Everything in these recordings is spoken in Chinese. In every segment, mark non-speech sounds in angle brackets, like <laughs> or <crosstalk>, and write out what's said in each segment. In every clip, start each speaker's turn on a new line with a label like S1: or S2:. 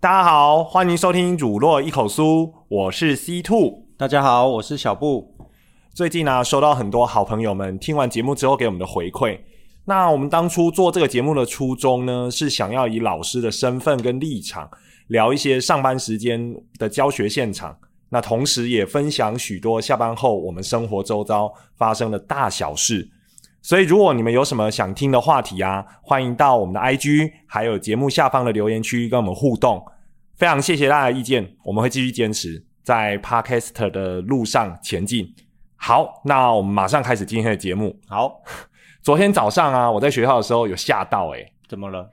S1: 大家好，欢迎收听《乳酪一口酥》，我是 C Two。
S2: 大家好，我是小布。
S1: 最近呢、收到很多好朋友们听完节目之后给我们的回馈。那我们当初做这个节目的初衷呢，是想要以老师的身份跟立场，聊一些上班时间的教学现场。那同时也分享许多下班后我们生活周遭发生的大小事。所以，如果你们有什么想听的话题啊，欢迎到我们的 IG，还有节目下方的留言区跟我们互动。非常谢谢大家的意见，我们会继续坚持在 Podcast 的路上前进。好，那我们马上开始今天的节目。
S2: 好，
S1: 昨天早上啊，我在学校的时候有吓到、欸，诶，
S2: 怎么了？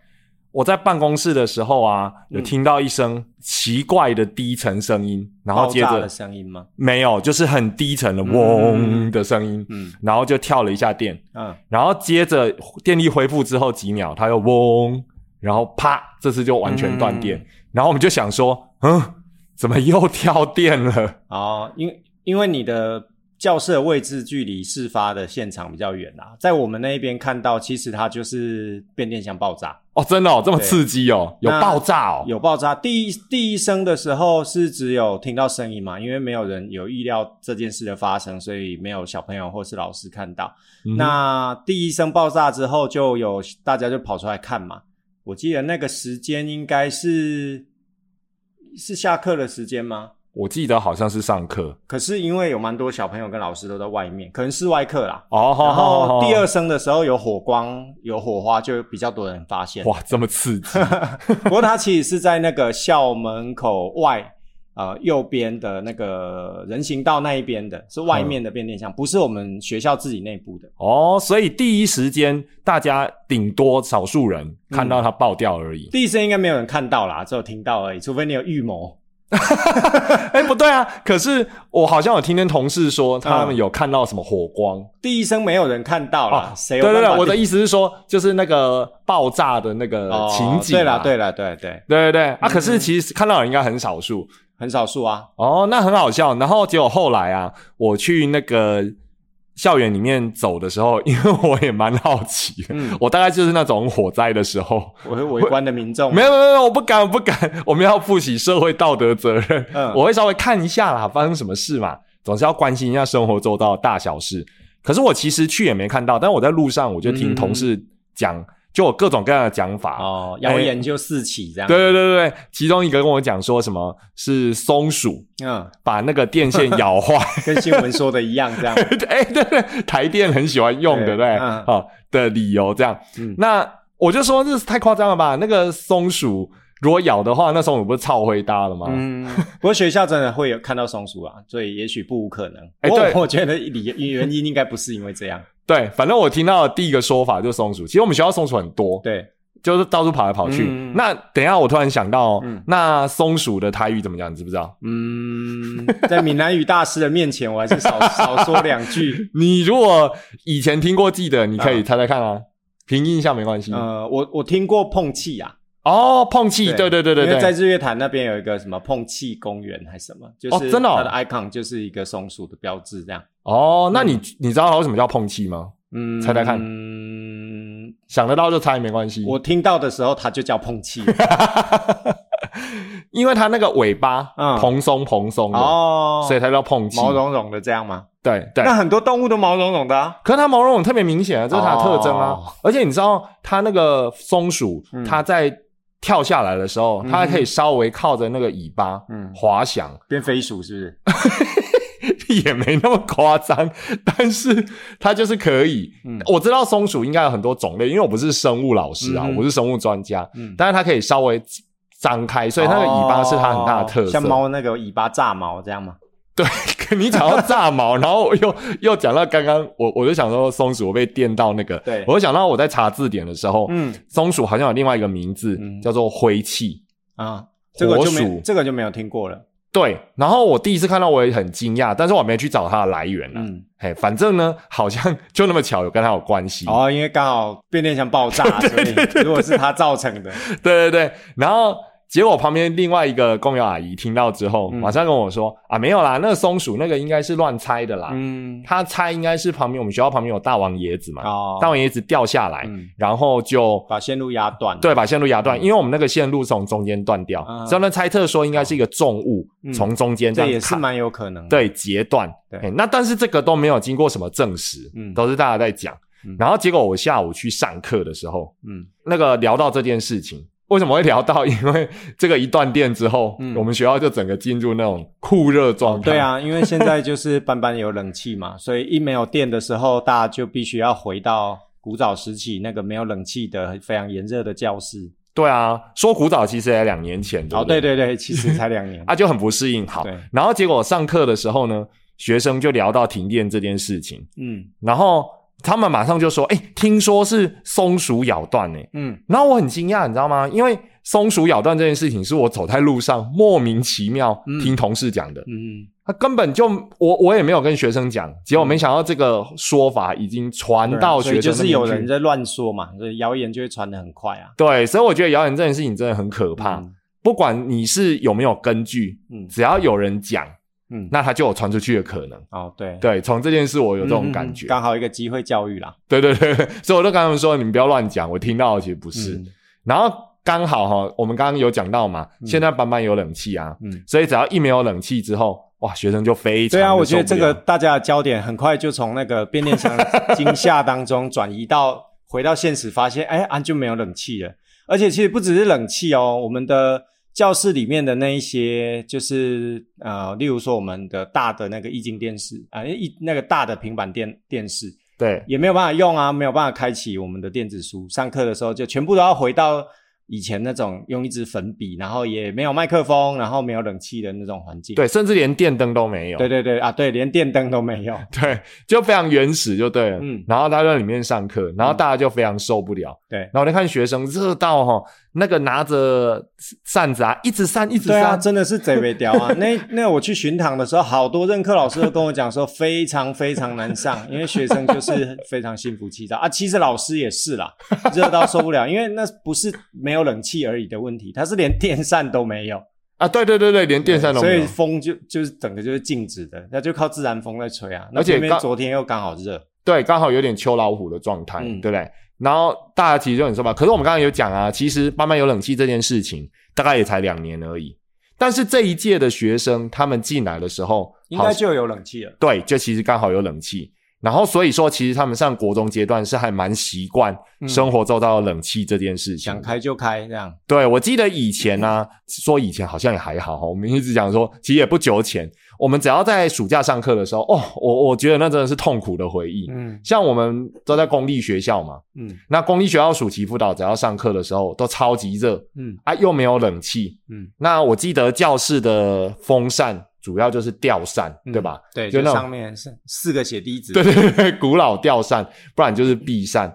S1: 我在办公室的时候啊，有
S2: 嗯
S1: 听到一声奇怪的低沉声音，然后接
S2: 爆炸
S1: 着
S2: 的声音吗？
S1: 没有，就是很低沉的
S2: 嗯
S1: 嗡的声音，
S2: 嗯
S1: 然后就跳了一下电，
S2: 嗯，
S1: 然后接着电力恢复之后几秒，它又嗡，然后啪，这次就完全断电。
S2: 嗯
S1: 然后我们就想说，嗯，怎么又跳电
S2: <laughs>
S1: 了？
S2: 哦，因为因为你的教室的位置距离事发的现场比较远啦、在我们那一边看到，其实它就是变电箱爆炸，
S1: 哦，真的哦，这么
S2: 对
S1: 刺激哦，有
S2: 那
S1: 爆炸哦，
S2: 有爆炸。第一第一声的时候是只有听到声音嘛，因为没有人有意料这件事的发生，所以没有小朋友或是老师看到。
S1: 嗯
S2: 那第一声爆炸之后，就有大家就跑出来看嘛。我记得那个时间应该是是下课的时间吗？
S1: 我记得好像是上课
S2: 可是因为有蛮多小朋友跟老师都在外面，可能室外课啦。
S1: 哦，
S2: 然后第
S1: 哦
S2: 二声的时候有火光、有火花，就比较多人发现。
S1: 哇，这么刺
S2: <laughs>
S1: 激，
S2: 不过它其实是在那个校门口外，呃，右边的那个人行道那一边的，是外面的变电箱，不是我们学校自己内部的。
S1: 哦，所以第一时间大家顶多少数人
S2: 嗯
S1: 看到它爆掉而已。
S2: 第一声应该没有人看到啦，只有听到而已，除非你有预谋。
S1: 哎、不对啊，可是我好像有听见同事说他
S2: 嗯
S1: 们有看到什么火光。
S2: 第一声没有人看到啦，
S1: 哦
S2: 谁
S1: 对
S2: 有
S1: 对
S2: 办
S1: 对，
S2: 法
S1: 我的
S2: 定
S1: 意思是说，就是那个爆炸的那个
S2: 哦
S1: 情景、啊
S2: 对啦，对嗯啦，对对，
S1: 对对对啊！可是其实看到的人应该很少数
S2: 很少数啊。
S1: 哦，那很好笑。然后结果后来啊，我去那个校园里面走的时候，因为我也蛮好奇，
S2: 嗯
S1: 我大概就是那种火灾的时候，
S2: 我会围观的民众啊
S1: 没有没有没有，我不敢我不敢，我们要负起社会道德责任，
S2: 嗯
S1: 我会稍微看一下啦，发生什么事嘛，总是要关心一下生活周到的大小事。可是我其实去也没看到，但我在路上我就听
S2: 嗯
S1: 同事讲，就有各种各样的讲法
S2: 哦，谣言就四起这样。
S1: 对对对对，其中一个跟我讲说什么是松鼠
S2: 对，嗯，
S1: 把那个电线咬坏， <laughs>
S2: 跟新闻说的一样这样。
S1: 哎、对对，台电很喜欢用的，对
S2: 对
S1: 不对？
S2: 嗯
S1: 好、的理由这样。
S2: 嗯
S1: 那我就说这是太夸张了吧？那个松鼠如果咬的话，那松鼠不是超灰搭了吗？
S2: 嗯，不过学校真的会有看到松鼠啊，所以也许不无可能。
S1: 哎
S2: 不
S1: 对
S2: 过我觉得理原因应该不是因为这
S1: <laughs>
S2: 样。
S1: 对，反正我听到的第一个说法就是松鼠。其实我们学校松鼠很多，
S2: 对，
S1: 就是到处跑来跑去。
S2: 嗯
S1: 那等一下，我突然想到、哦，
S2: 嗯
S1: 那松鼠的台语怎么讲？你知不知道？
S2: 嗯，在闽南语大师的面前，我还
S1: <laughs>
S2: 是少少说两句。
S1: 你如果以前听过，记得你可以
S2: 啊
S1: 猜猜看啊，凭印象没关系。
S2: 呃，我我听过碰气啊，
S1: 哦，碰气，嗯对对对对
S2: 因为在
S1: 对，
S2: 日月潭那边有一个什么碰气公园还是什么，就
S1: 哦
S2: 是
S1: 真的哦
S2: 它的 icon 就是一个松鼠的标志这样。
S1: 哦，那你、你知道为什么叫碰气吗？
S2: 嗯，
S1: 猜猜看
S2: 嗯，
S1: 想得到就猜，没关系。
S2: 我听到的时候，它就叫碰气
S1: 因为它那个尾巴
S2: 嗯
S1: 蓬松蓬松的，
S2: 哦，
S1: 所以它叫碰气。
S2: 毛茸茸的这样吗？
S1: 对对，
S2: 那很多动物都毛茸茸的啊。
S1: 可是它毛茸茸特别明显啊，这是它的特征啊。
S2: 哦
S1: 而且你知道，它那个松鼠，
S2: 嗯
S1: 它在跳下来的时候，它还
S2: 嗯哼
S1: 可以稍微靠着那个尾巴，
S2: 嗯
S1: 滑翔， <laughs>
S2: 变飞鼠是不是？
S1: 也没那么夸张，但是它就是可以。
S2: 嗯
S1: 我知道松鼠应该有很多种类，因为我不是生物老师啊，
S2: 嗯哼
S1: 我不是生物专家，
S2: 嗯，
S1: 但是它可以稍微张开，所以它的尾巴是它很大的特色。
S2: 哦像猫那个尾巴炸毛这样吗？
S1: 对，
S2: <laughs>
S1: 你讲到炸毛，然后又又讲到刚刚我我就想说松鼠我被电到那个，
S2: 对
S1: 我就想到我在查字典的时候，
S2: 嗯
S1: 松鼠好像有另外一个名字、
S2: 嗯
S1: 叫做灰气，
S2: 啊，这个就
S1: 嗯火鼠
S2: 没这个就没有听过了。
S1: 对。然后我第一次看到我也很惊讶，但是我还没去找它的来源呢、
S2: 嗯，
S1: 嘿，反正呢，好像就那么巧有跟它有关系。
S2: 哦，
S1: <laughs>
S2: 因为刚好变电箱爆炸，所以如果是它造成的，
S1: 对对对，然后结果旁边另外一个工友阿姨听到之后，
S2: 嗯
S1: 马上跟我说：“啊，没有啦，那个松鼠那个应该是乱猜的啦。
S2: 嗯，
S1: 他猜应该是旁边我们学校旁边有大王椰子嘛，
S2: 哦，
S1: 大王椰子掉下来，
S2: 嗯
S1: 然后就
S2: 把线路压断，，
S1: 对把线路压
S2: 嗯
S1: 断，因为我们那个线路从中间断掉，
S2: 啊
S1: 所以呢猜测说应该是一个重物、
S2: 嗯
S1: 从中间这
S2: 这
S1: 样
S2: 也
S1: 卡
S2: 是蛮有可能的。
S1: 对截断。
S2: 对
S1: 哎那但是这个都没有经过什么证实，
S2: 嗯
S1: 都是大家在讲。
S2: 嗯
S1: 然后结果我下午去上课的时候，
S2: 嗯，
S1: 那个聊到这件事情，为什么会聊到？因为这个一断电之后，
S2: 嗯
S1: 我们学校就整个进入那种酷热状态。
S2: <laughs> 对，啊，因为现在就是班班有冷气嘛， <laughs> 所以一没有电的时候，大家就必须要回到古早时期那个没有冷气的非常炎热的教室。
S1: 对啊，说古早其实也两年前，对
S2: 哦，
S1: 不对？
S2: 对对对，其实才两年
S1: <laughs> ，啊，就很不适应。好
S2: 对，
S1: 然后结果上课的时候呢，学生就聊到停电这件事情，
S2: 嗯
S1: 然后他们马上就说：“哎、听说是松鼠咬断呢、
S2: 嗯，
S1: 然后我很惊讶，你知道吗？因为松鼠咬断这件事情是我走在路上莫名其妙
S2: 嗯
S1: 听同事讲的，
S2: 嗯，
S1: 他根本就我我也没有跟学生讲，结果没想到这个说法已经传
S2: 对啊
S1: 到
S2: 所以
S1: 学生
S2: 就
S1: 那
S2: 是有
S1: 边
S2: 人
S1: 去。
S2: 在乱说嘛，所以谣言就会传得很快啊。
S1: 对，所以我觉得谣言这件事情真的很可怕，
S2: 嗯
S1: 不管你是有没有根据，
S2: 嗯
S1: 只要有人讲，
S2: 嗯，
S1: 那他就有传出去的可能。
S2: 哦对，
S1: 对，从这件事我有这种感觉。
S2: 嗯刚好一个机会教育啦。
S1: 对对对，对所以我就跟他们说，你们不要乱讲。我听到的其实不是。
S2: 嗯
S1: 然后刚好哈，我们刚刚有讲到嘛，现在班班有冷气啊，
S2: 嗯
S1: 所以只要一没有冷气之后，哇，学生就非常
S2: 对啊，
S1: 地
S2: 我觉得
S1: 受
S2: 这
S1: 不了
S2: 个大家的焦点很快就从那个变电箱的惊吓当中转移到回到现实，发现哎，啊就没有冷气了。而且其实不只是冷气哦，我们的教室里面的那一些，就是呃，例如说我们的大的那个液晶电视啊、一那个大的平板电电视
S1: 对
S2: 也没有办法用啊，没有办法开启我们的电子书。上课的时候就全部都要回到以前那种用一支粉笔，然后也没有麦克风，然后没有冷气的那种环境。
S1: 对，甚至连电灯都没有，
S2: 对对对啊，对，连电灯都没有。
S1: 对就非常原始就对了。
S2: 嗯
S1: 然后他在里面上课，然后大家就非常受不了。
S2: 对
S1: 然后我就看学生热到哈、那个拿着扇子啊，一直扇一直
S2: 对啊，
S1: 扇，
S2: 真的是贼被雕
S1: <laughs>
S2: 啊！那那我去巡堂的时候，好多任课老师都跟我讲说，非常非常难上，因为学生就是非常心浮气躁啊。其实老师也是啦，热到受不了，因为那不是没有冷气而已的问题，它是连电扇都没有，
S1: 啊，对对对对，连电扇都
S2: 所
S1: 没
S2: 以
S1: 有。
S2: 风就就是整个就是静止的，那就靠自然风在吹啊。那
S1: 而且
S2: 偏偏
S1: 刚
S2: 昨天又刚好热，
S1: 对，刚好有点秋老虎的状态，
S2: 嗯
S1: 对不对？然后大家其实就很受不了。可是我们刚刚有讲啊，其实慢慢有冷气这件事情，大概也才两年而已。但是这一届的学生他们进来的时候，
S2: 应
S1: 好
S2: 该
S1: 像
S2: 就有冷气了。
S1: 对，就其实刚好有冷气。然后所以说，其实他们上国中阶段是还蛮习惯
S2: 嗯
S1: 生活周遭有冷气这件事情。
S2: 想开就开，这样
S1: 对我记得以前呢、啊说以前好像也还好哈。我们一直讲说，其实也不久前，我们只要在暑假上课的时候，哦，我我觉得那真的是痛苦的回忆。
S2: 嗯
S1: 像我们都在公立学校嘛，
S2: 嗯
S1: 那公立学校暑期辅导只要上课的时候都超级热
S2: 嗯
S1: 啊，又没有冷气。
S2: 嗯，
S1: 那我记得教室的风扇主要就是吊扇，
S2: 嗯
S1: 对吧？
S2: 对，
S1: 就
S2: 就
S1: 那种
S2: 上面是四个血滴子，
S1: 对对对，古老吊扇，不然就是壁扇。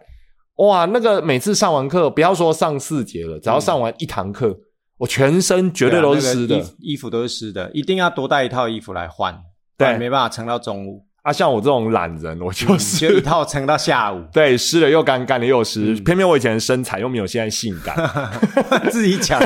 S1: 哇，那个每次上完课，不要说上四节了，只要上完一堂课，我全身绝对都是湿的
S2: 对啊那个衣衣服都是湿的，一定要多带一套衣服来换，
S1: 对
S2: 不然没办法撑到中午，
S1: 啊。像我这种懒人，我就
S2: 你
S1: <laughs> 是，
S2: 就一套撑到下午
S1: <laughs>
S2: <laughs>
S1: 对湿了又干，干了又湿。
S2: 嗯
S1: 偏偏我以前的身材又没有现在性感，
S2: 自己讲，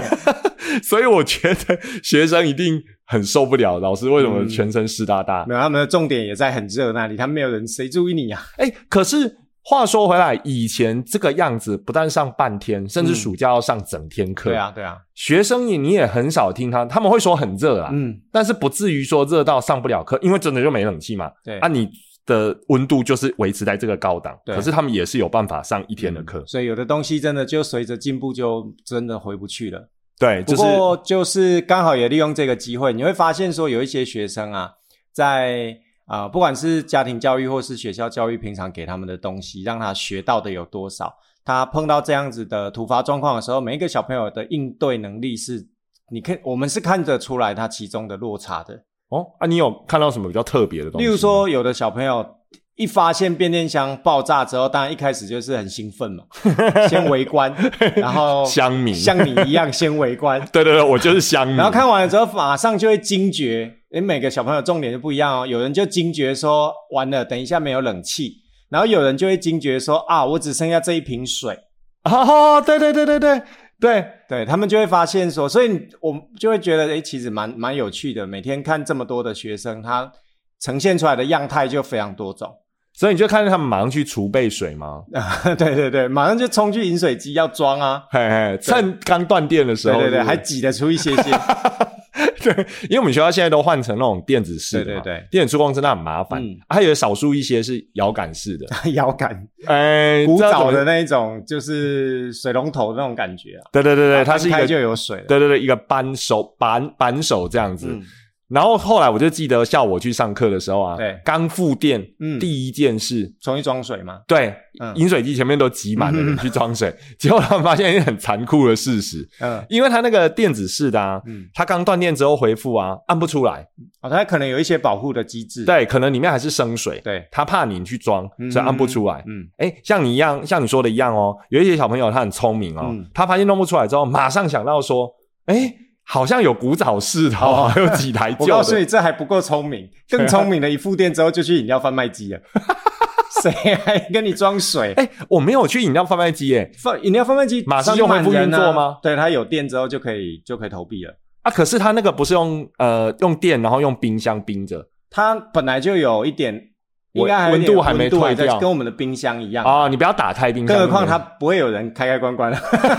S1: 所以我觉得学生一定很受不了，老师为什么
S2: 嗯
S1: 全身湿哒哒？
S2: 没有他们的重点也在很热那里，他们没有人谁注意你啊？
S1: 哎、可是话说回来，以前这个样子，不但上半天，甚至
S2: 嗯
S1: 暑假要上整天课、
S2: 对，啊，对啊，
S1: 学生也你也很少听他，他们会说很热啦，
S2: 嗯，
S1: 但是不至于说热到上不了课，因为真的就没冷气嘛。
S2: 对
S1: 啊，你的温度就是维持在这个高档，
S2: 对嗯
S1: 可是他们也是有办法上一天的课。
S2: 所以有的东西真的就随着进步就真的回不去了。
S1: 对，就
S2: 不
S1: 是
S2: 过就是刚好也利用这个机会，你会发现说有一些学生啊，在啊、呃不管是家庭教育或是学校教育，平常给他们的东西，让他学到的有多少，他碰到这样子的突发状况的时候，每一个小朋友的应对能力是，你看我们是看得出来他其中的落差的。
S1: 哦啊，你有看到什么比较特别的东西？
S2: 例如，说，有的小朋友一发现变电箱爆炸之后，当然一开始就是很兴奋嘛，先围观，然
S1: <laughs>
S2: 后
S1: 乡民
S2: 像你一样先围观，
S1: 对对对，我就是乡民。
S2: 然后看完了之后，马上就会惊觉，诶，每个小朋友重点就不一样哦。有人就惊觉说，完了，等一下没有冷气；然后有人就会惊觉说，啊，我只剩下这一瓶水。
S1: 哦，对对对对对，
S2: 对对，他们就会发现说，所以我们就会觉得，哎，其实蛮蛮有趣的。每天看这么多的学生，他呈现出来的样态就非常多种。 <laughs>
S1: 所以你就看到他们马上去储备水吗？
S2: 呃对对对，马上就冲去饮水机要装啊！
S1: 嘿嘿，趁刚断电的时
S2: 对
S1: 候，
S2: 对对，
S1: 是不
S2: 还
S1: 是
S2: 挤得出一些些。
S1: <laughs> 对， <laughs> 因为我们学校现在都换成那种电子式的嘛，
S2: 对对对
S1: 电子触控真的很麻烦，
S2: 嗯
S1: 啊还有少数一些是摇杆式
S2: <laughs>
S1: 的，
S2: 摇杆，
S1: 哎，
S2: 古
S1: 这要怎
S2: 早
S1: 么
S2: 的，那一种，就是水龙头的那种感觉啊。
S1: 对对对对，它
S2: 打
S1: 是一
S2: 开
S1: 个，
S2: 就
S1: 对
S2: 有水了。
S1: 对对，一个扳手扳扳手这样子。
S2: 嗯
S1: 然后后来我就记得下午我去上课的时候啊，
S2: 对
S1: 刚复电，
S2: 嗯
S1: 第一件事。
S2: 重新装水吗？
S1: 对，
S2: 嗯
S1: 饮水机前面都挤满了人去装
S2: <laughs>
S1: 水，结果他们发现一件很残酷的事实，
S2: 嗯
S1: 因为它那个电子式的啊，
S2: 嗯，
S1: 它刚断电之后回复啊，按不出来，
S2: 哦，它可能有一些保护的机制。
S1: 对，可能里面还是生水，
S2: 对，
S1: 他怕你去装，
S2: 嗯
S1: 所以按不出来。
S2: 嗯，
S1: 哎、像你一样，像你说的一样哦，有一些小朋友他很聪明哦，
S2: 嗯
S1: 他发现弄不出来之后，马上想到说，哎，好像有古早式的哦， <laughs> 有几台
S2: <laughs> 我
S1: 旧
S2: 告诉你，
S1: 的。
S2: 这还不够聪明，更聪明的一复电之后就去饮料贩卖
S1: <laughs>
S2: 机了。谁还跟你装水？
S1: 哎，我没有去饮料贩卖机耶，
S2: 放饮料贩卖机
S1: 马上
S2: 挤满
S1: 就恢复运
S2: 人啊
S1: 作吗？
S2: 对，它有电之后就可以就可以投币了。
S1: 啊，可是他那个不是用呃用电，然后用冰箱冰着
S2: 它本来就有一点，
S1: 温
S2: 应该还有一
S1: 哦
S2: 点
S1: 温度还没
S2: 温度还
S1: 退
S2: 在
S1: 掉
S2: 跟我们的冰箱一样。
S1: 啊、你不要打开冰箱。
S2: 更何况它不会有人开开关啊
S1: <laughs>
S2: 关，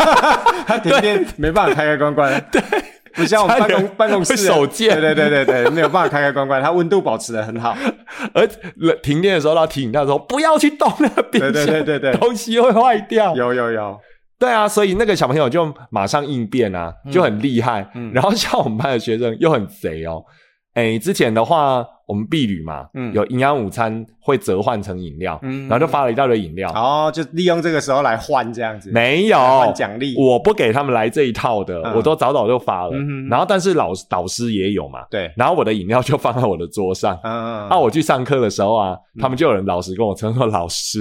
S2: 它停电没办法开开关关。对，不像我们
S1: 差
S2: 办
S1: 点
S2: 公办公室
S1: 会手贱
S2: 对对对对对，没有办法开开关关，它温度保持的很
S1: <laughs>
S2: 好。
S1: 而冷停电的时候，他提饮料的时候不要去动那个冰
S2: 对
S1: 箱，
S2: 对对对对，
S1: <laughs> 东西会坏掉。
S2: 有有有，
S1: 对啊，所以那个小朋友就马上应变啊，就很厉害。
S2: 嗯
S1: 然后像我们班的学生又很贼哦。哎，之前的话，我们婢旅嘛，
S2: 嗯
S1: 有营养午餐会折换成饮料，
S2: 嗯
S1: 然后就发了一大堆饮料。
S2: 哦，就利用这个时候来换这样子，
S1: 没有
S2: 换奖励。
S1: 我不给他们来这一套的，
S2: 嗯
S1: 我都早早就发了。
S2: 嗯哼
S1: 然后，但是老导师也有嘛，
S2: 对，
S1: 然后我的饮料就放在我的桌上。
S2: 嗯，
S1: 啊，我去上课的时候啊，他们就有人老实跟我称说：“老师，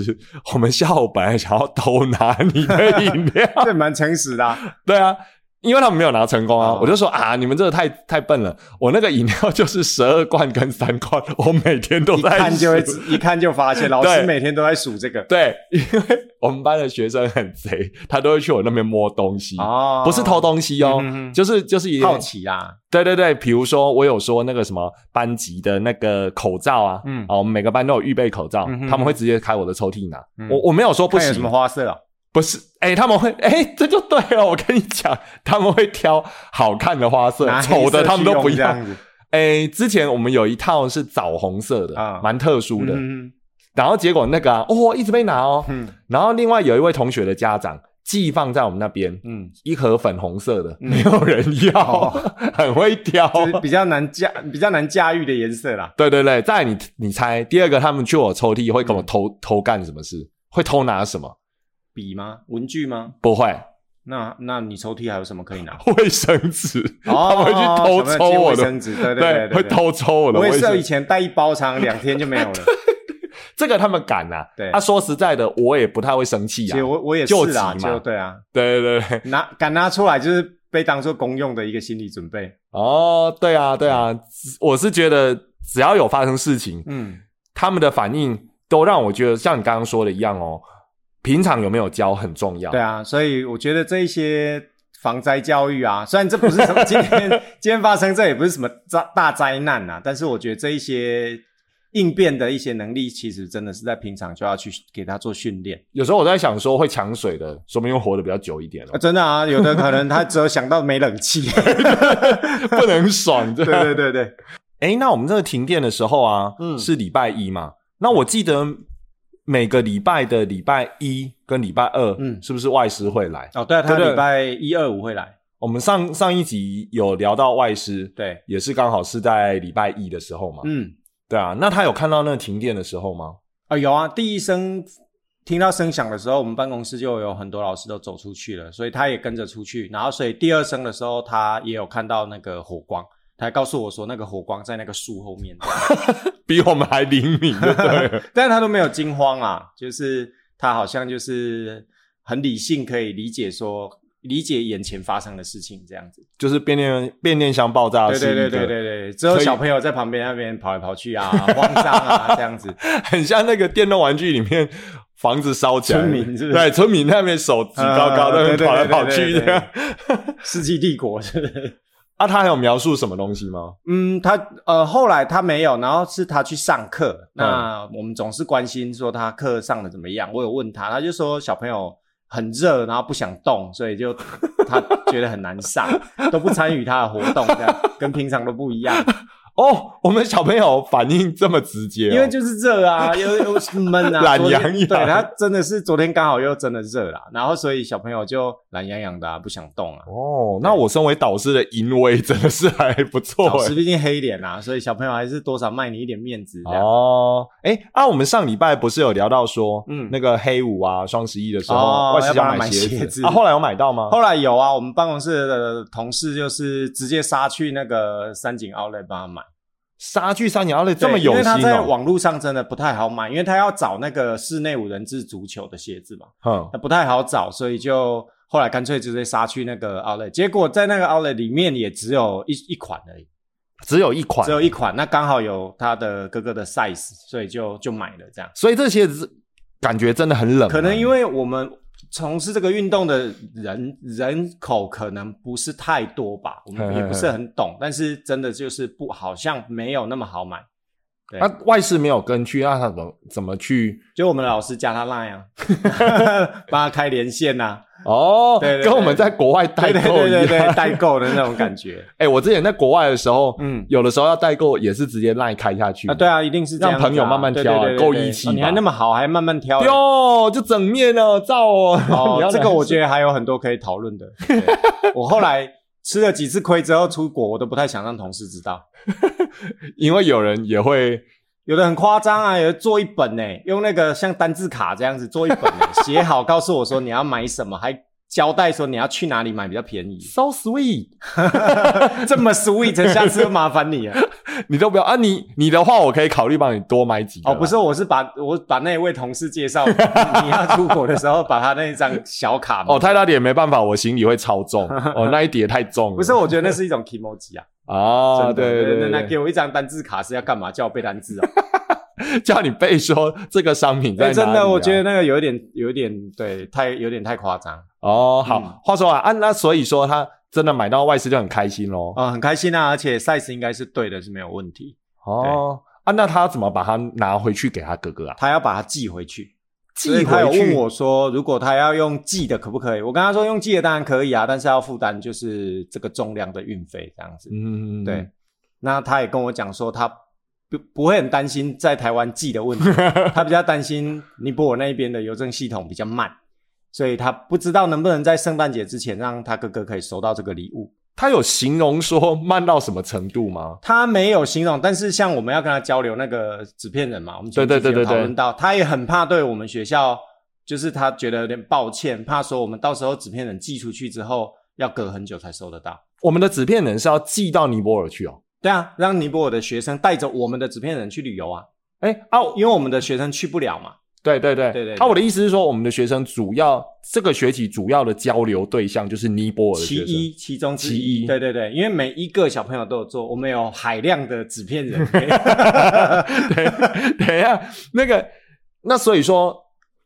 S1: 我们下午本来想要偷拿你的饮料。”
S2: 这蛮诚实的啊。
S1: 对啊，因为他们没有拿成功啊，
S2: 哦
S1: 我就说啊，你们这个太太笨了，我那个饮料就是十二罐跟三罐， <laughs> <laughs> 我每天都
S2: 一
S1: 在
S2: 看就会
S1: 数
S2: 知，一看就发现，老师
S1: 对
S2: 每天都在数这个
S1: 对，因为我们班的学生很贼，他都会去我那边摸东西。
S2: 哦
S1: 不是偷东西哦，
S2: 嗯哼哼
S1: 就是就是也
S2: 好奇啊啦，
S1: 对对对，比如说我有说那个什么班级的那个口罩啊，
S2: 嗯
S1: 哦，我们每个班都有预备口罩，
S2: 嗯哼哼
S1: 他们会直接开我的抽屉拿，
S2: 嗯
S1: 我我没有说不
S2: 看有
S1: 行
S2: 什么，花色哦。
S1: 不是，哎、他们会，哎、这就对了。我跟你讲， <laughs> 他们会挑好看的花色
S2: 拿，黑
S1: 丑的
S2: 色
S1: 他们都
S2: 去
S1: 不
S2: 用这
S1: 要。
S2: 样子
S1: 哎、之前我们有一套是枣红色的，
S2: 啊
S1: 蛮、特殊的。
S2: 嗯
S1: 然后结果那个啊，哦，一直被拿哦。
S2: 嗯
S1: 然后另外有一位同学的家长寄放在我们那边
S2: 嗯，
S1: 一盒粉红色的，没有人要，
S2: 哦
S1: <laughs> 很会挑。
S2: 就是比较难驾 <laughs> 比较难驾驭的颜色啦。
S1: 对对对，再来你你猜，第二个他们去我抽屉会
S2: 嗯
S1: 跟我偷、偷干什么事？会偷拿什么？
S2: 笔吗？文具吗？
S1: 不会， <laughs>
S2: 那那你抽屉还有什么可以拿？
S1: 卫生纸，<laughs>
S2: 哦
S1: 他们会去偷
S2: 小
S1: 抽
S2: 朋友借
S1: 我
S2: 卫
S1: 的
S2: 生纸，对对
S1: 对，
S2: 对，
S1: 会
S2: 对。
S1: 偷抽我的
S2: 我
S1: 卫
S2: 也
S1: 生
S2: 是以
S1: 纸， <laughs>
S2: 前带一包，常常两天就没有了。
S1: 这个他们敢啊。
S2: 对
S1: 他说实在的，我也不太会生气
S2: 其
S1: 啊
S2: 实。我我也
S1: 救
S2: 是
S1: 急
S2: 啦，
S1: 嘛
S2: 就对啊，
S1: 对对对，
S2: 拿敢拿出来就是被当做公用的一个心理准备。
S1: 哦，对啊对啊，我是觉得只要有发生事情，
S2: 嗯，
S1: 他们的反应都让我觉得像你刚刚说的一样哦，平常有没有教很重要。
S2: 对啊，所以我觉得这一些防灾教育啊， <laughs> 虽然这不是什么今天 <laughs> 今天发生，这也不是什么大大灾难啊，但是我觉得这一些应变的一些能力，其实真的是在平常就要去给他做训练
S1: 有时候我在想说，会抢水
S2: <laughs>
S1: 的，说明活得比较久一点
S2: 啊。
S1: 哦，
S2: 真的啊，有的可能他只有想到没冷气。 <laughs>
S1: <laughs> 不能爽。对
S2: 对对对对，
S1: 哎，那我们这个停电的时候啊，
S2: 嗯
S1: 是礼拜一嘛？那我记得每个礼拜的礼拜一跟礼拜二，
S2: 嗯
S1: 是不是外师会来？
S2: 哦，对啊，他
S1: 对对
S2: 礼拜一二五会来。
S1: 我们上上一集有聊到外师，
S2: 对，
S1: 也是刚好是在礼拜一的时候嘛。
S2: 嗯，
S1: 对啊，那他有看到那个停电的时候吗？
S2: 啊、有啊，第一声听到声响的时候，我们办公室就有很多老师都走出去了，所以他也跟着出去。然后，所以第二声的时候，他也有看到那个火光，他还告诉我说那个火光在那个树后面，
S1: 比我们还灵敏，对不对？
S2: <laughs>
S1: <laughs>
S2: 但是他都没有惊慌啊，就是他好像就是很理性，可以理解说理解眼前发生的事情，这样子。
S1: 就是变电变电箱爆炸
S2: 对
S1: 是
S2: 对对
S1: 一个
S2: 对对对，只有
S1: 可以
S2: 小朋友在旁边那边跑来跑去啊，慌张啊这
S1: <laughs>
S2: 样子。
S1: 很像那个电动玩具里面房子烧起来，
S2: 村民是不是
S1: 对，村民那边手举高高，
S2: 呃
S1: 那边跑来
S2: 对对对
S1: 跑去
S2: 对对
S1: 这样。
S2: 世纪帝国是不是？
S1: 啊，他还有描述什么东西吗？
S2: 嗯，他呃后来他没有，然后是他去上课。那
S1: 嗯
S2: 我们总是关心说他课上的怎么样。我有问他，他就说小朋友很热，然后不想动，所
S1: <laughs>
S2: 以就他觉得很难上，都不参与他的活动，这样跟平常都不一样。
S1: 哦，我们小朋友反应这么直接哦、
S2: 因为就是热啊，又又闷啊，
S1: <laughs> 懒
S2: 昨天
S1: 洋洋
S2: 对，他真的是昨天刚好又真的热啦，然后所以小朋友就懒洋洋的、啊，不想动啊。
S1: 哦，那我身为导师的淫威真的是还不错
S2: 老
S1: 哎、
S2: 师毕竟黑脸啊，所以小朋友还是多少卖你一点面子这样。
S1: 哦，哎、啊，我们上礼拜不是有聊到说，嗯
S2: 嗯，
S1: 那个黑五啊，双十一的时候，
S2: 哦
S1: 外食
S2: 要帮
S1: 要
S2: 他买
S1: 鞋
S2: 鞋子
S1: 啊，后来有买到吗？
S2: 后来有啊，我们办公室的同事就是直接杀去那个三井奥莱帮他买，
S1: 杀剧三娘类这么
S2: 对
S1: 有
S2: 因为
S1: 心
S2: 他在
S1: 哦、
S2: 网络上真的不太好买，因为他要找那个室内五人制足球的鞋子嘛。
S1: 哼，
S2: 那不太好找，所以就后来干脆直接杀去那个 outlet，结果在那个 outlet 里面也只有一一款而已，
S1: 只有一款
S2: 只，有一款，那刚好有他的哥哥的 size，所以就就买了这样。
S1: 所以这鞋子感觉真的很冷、啊
S2: 可能因
S1: 为
S2: 为我们从事这个运动的人人口可能不是太多吧，我
S1: 嘿嘿
S2: 们
S1: 嘿
S2: 也不是很懂，但是真的就是不好像没有那么好买。对
S1: 啊，外事没有跟去，那他怎么怎么去？
S2: 就我们的老师加他 line 啊，
S1: <laughs>
S2: 帮他开连线呐、啊，
S1: 哦，
S2: 对对对
S1: 跟我们在国外代
S2: 对对
S1: 购
S2: 对
S1: 一样。
S2: 对对，代
S1: <laughs>
S2: 购的那种感觉。
S1: 哎、我之前在国外的时候，
S2: 嗯
S1: 有的时候要代购也是直接赖开下去
S2: 啊，对啊，一定是这样子啊、
S1: 让朋友慢慢挑啊
S2: 对对对对
S1: 够
S2: 对
S1: 义气
S2: 哦你还
S1: 吧
S2: 那么好，还慢慢挑欸、
S1: 哟，就整面哦，照哦。 <laughs> 你
S2: 哦
S1: 要，
S2: 这个我觉
S1: 得
S2: 得还有很多可以讨论的。对我后来吃了几次亏之后出国，我都不太想让同事知道。，
S1: 因为有人也会。
S2: 有的很夸张啊，有的做一本呢、用那个像单字卡这样子做一本呢、写好告诉我说你要买什么，还交代说你要去哪里买比较便宜
S1: so sweet，
S2: <laughs> 这么 sweet，下次又麻烦你了。
S1: 你都不要啊。你你的话，我可以考虑帮你多买几个。
S2: <laughs> 哦，不，是，我是把我把那一位同事介绍，你要出国的时候把他那一张小卡
S1: 哦，太大点没办法，我行李会超重。哦，那一叠太重了。
S2: 不是，我觉得那是一种 emoji 啊。
S1: 啊，
S2: 真的
S1: 对对
S2: 那
S1: 对
S2: 那给我一张单字卡是要干嘛？叫我背单 <laughs> 字啊？
S1: 对，叫你背说这个商品在哪
S2: 哎
S1: 里啊。
S2: 真的，我觉得那个有一点，有一点对，太有点太夸张
S1: 哦，好，
S2: 嗯
S1: 话说啊，啊，那所以说他真的买到外事就很开心咯。
S2: 啊、很开心啊，而且 size 应该是对的，是没有问题。
S1: 哦，啊，那他怎么把它拿回去给他哥哥啊？
S2: 他要把它寄回去，
S1: 寄
S2: 所以他有
S1: 回去
S2: 问我说，如果他要用寄的，可不可以？我跟他说用寄的当然可以啊，但是要负担就是这个重量的运费这样子。
S1: 嗯，
S2: 对，那他也跟我讲说，他不不会很担心在台湾寄的
S1: <laughs>
S2: 问题，他比较担心尼泊尔那边的邮政系统比较慢，所以他不知道能不能在圣诞节之前让他哥哥可以收到这个礼物。
S1: 他有形容说慢到什么程度吗？
S2: 他没有形容，但是像我们要跟他交流那个纸片人嘛，我们前
S1: 对对
S2: 几
S1: 对
S2: 集
S1: 对
S2: 有讨
S1: 对
S2: 论到，他也很怕对我们学校，就是他觉得有点抱歉，怕说我们到时候纸片人寄出去之后要隔很久才收得到。
S1: 我们的纸片人是要寄到尼泊尔去哦。
S2: 对啊，让尼泊尔的学生带着我们的纸片人去旅游啊。
S1: 哎啊，
S2: 因为我们的学生去不了嘛。
S1: 对对对
S2: 对对对
S1: 啊，我的意思是说，我们的学生主要这个学期主要的交流对象就是尼泊尔的
S2: 其
S1: 学生。
S2: 一，其中之
S1: 其一
S2: 对对对，因为每一个小朋友都有做，我们有海量的纸片
S1: <laughs>
S2: 人，
S1: <laughs> 对，等一下，那个，那所以说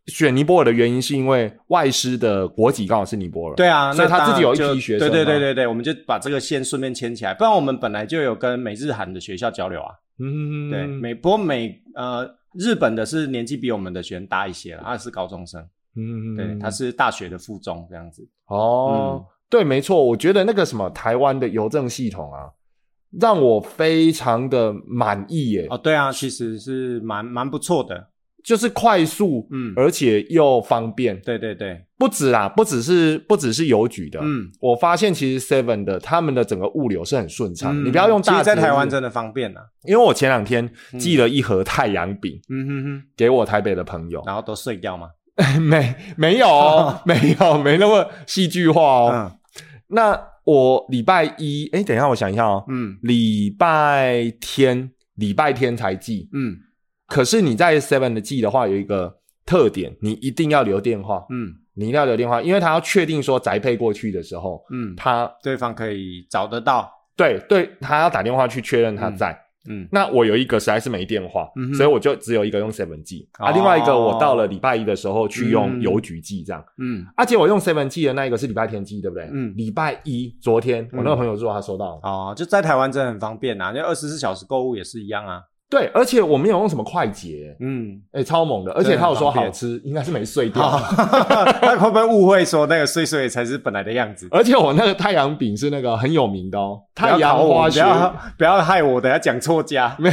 S1: 选尼泊尔的原因是因为外师的国籍刚好是尼泊尔。
S2: 对啊，
S1: 所以
S2: 那
S1: 他自己有一批
S2: 当然就
S1: 学生嘛
S2: 对对对对对，我们就把这个线顺便牵起来，不然我们本来就有跟美日韩的学校交流啊，
S1: 嗯，
S2: 对，美不过美呃日本的是年纪比我们的学生大一些了，他是高中生，
S1: 嗯，
S2: 对，他是嗯大学的附中这样子，
S1: 哦，对，没错，我觉得那个什么台湾的邮政系统啊，让我非常的满意耶，
S2: 哦，对啊，其实是蛮蛮不错的，
S1: 就是快速，
S2: 嗯
S1: 而且又方便。
S2: 对对对，
S1: 不止啦，不只是不只是邮局的，
S2: 嗯，
S1: 我发现其实 Seven 的他们的整个物流是很顺畅的。
S2: 嗯
S1: 你不要用
S2: 其
S1: 大
S2: 实
S1: 折，
S2: 在台湾真的方便啊，
S1: 因为我前两天
S2: 嗯
S1: 寄了一盒太阳饼
S2: 嗯哼哼，
S1: 给我台北的朋友，
S2: 然后都碎掉嘛，
S1: <laughs> 没没有哦
S2: <laughs>
S1: 没有没那么戏剧化哦。
S2: 嗯
S1: 那我礼拜一，哎，等一下，我想一下哦，
S2: 嗯
S1: 礼拜天礼拜天才寄，
S2: 嗯
S1: 可是你在 Seven 的寄的话有一个特点，你一定要留电话，
S2: 嗯，
S1: 你一定要留电话，因为他要确定说宅配过去的时候，
S2: 嗯，
S1: 他
S2: 对方可以找得到，
S1: 对对，他要打电话去确认他在。
S2: 嗯
S1: 那我有一个实在是没电话，
S2: 嗯哼
S1: 所以我就只有一个用 Seven G 啊，
S2: 哦
S1: 另外一个我到了礼拜一的时候去用
S2: 嗯
S1: 邮局寄这样。
S2: 嗯，
S1: 而且我用 Seven G 的那一个是礼拜天寄，对不对？
S2: 嗯
S1: 礼拜一昨天我那个
S2: 嗯
S1: 朋友说他收到了，
S2: 哦，就在台湾真的很方便啊，因为二十四小时购物也是一样啊，
S1: 对，而且我没有用什么快捷，
S2: 嗯，
S1: 哎、超猛的，而且他有说
S2: 真的很方便哦
S1: 好吃，应该是没碎掉。
S2: 好， <laughs> 他会不会误会说那个碎碎才是本来的样子？
S1: <laughs> 而且我那个太阳饼是那个很有名的哦，
S2: 不要
S1: 太阳
S2: 考我
S1: 花
S2: 不
S1: 学。
S2: 要 <laughs> 不要害我，等下讲错家。 <laughs>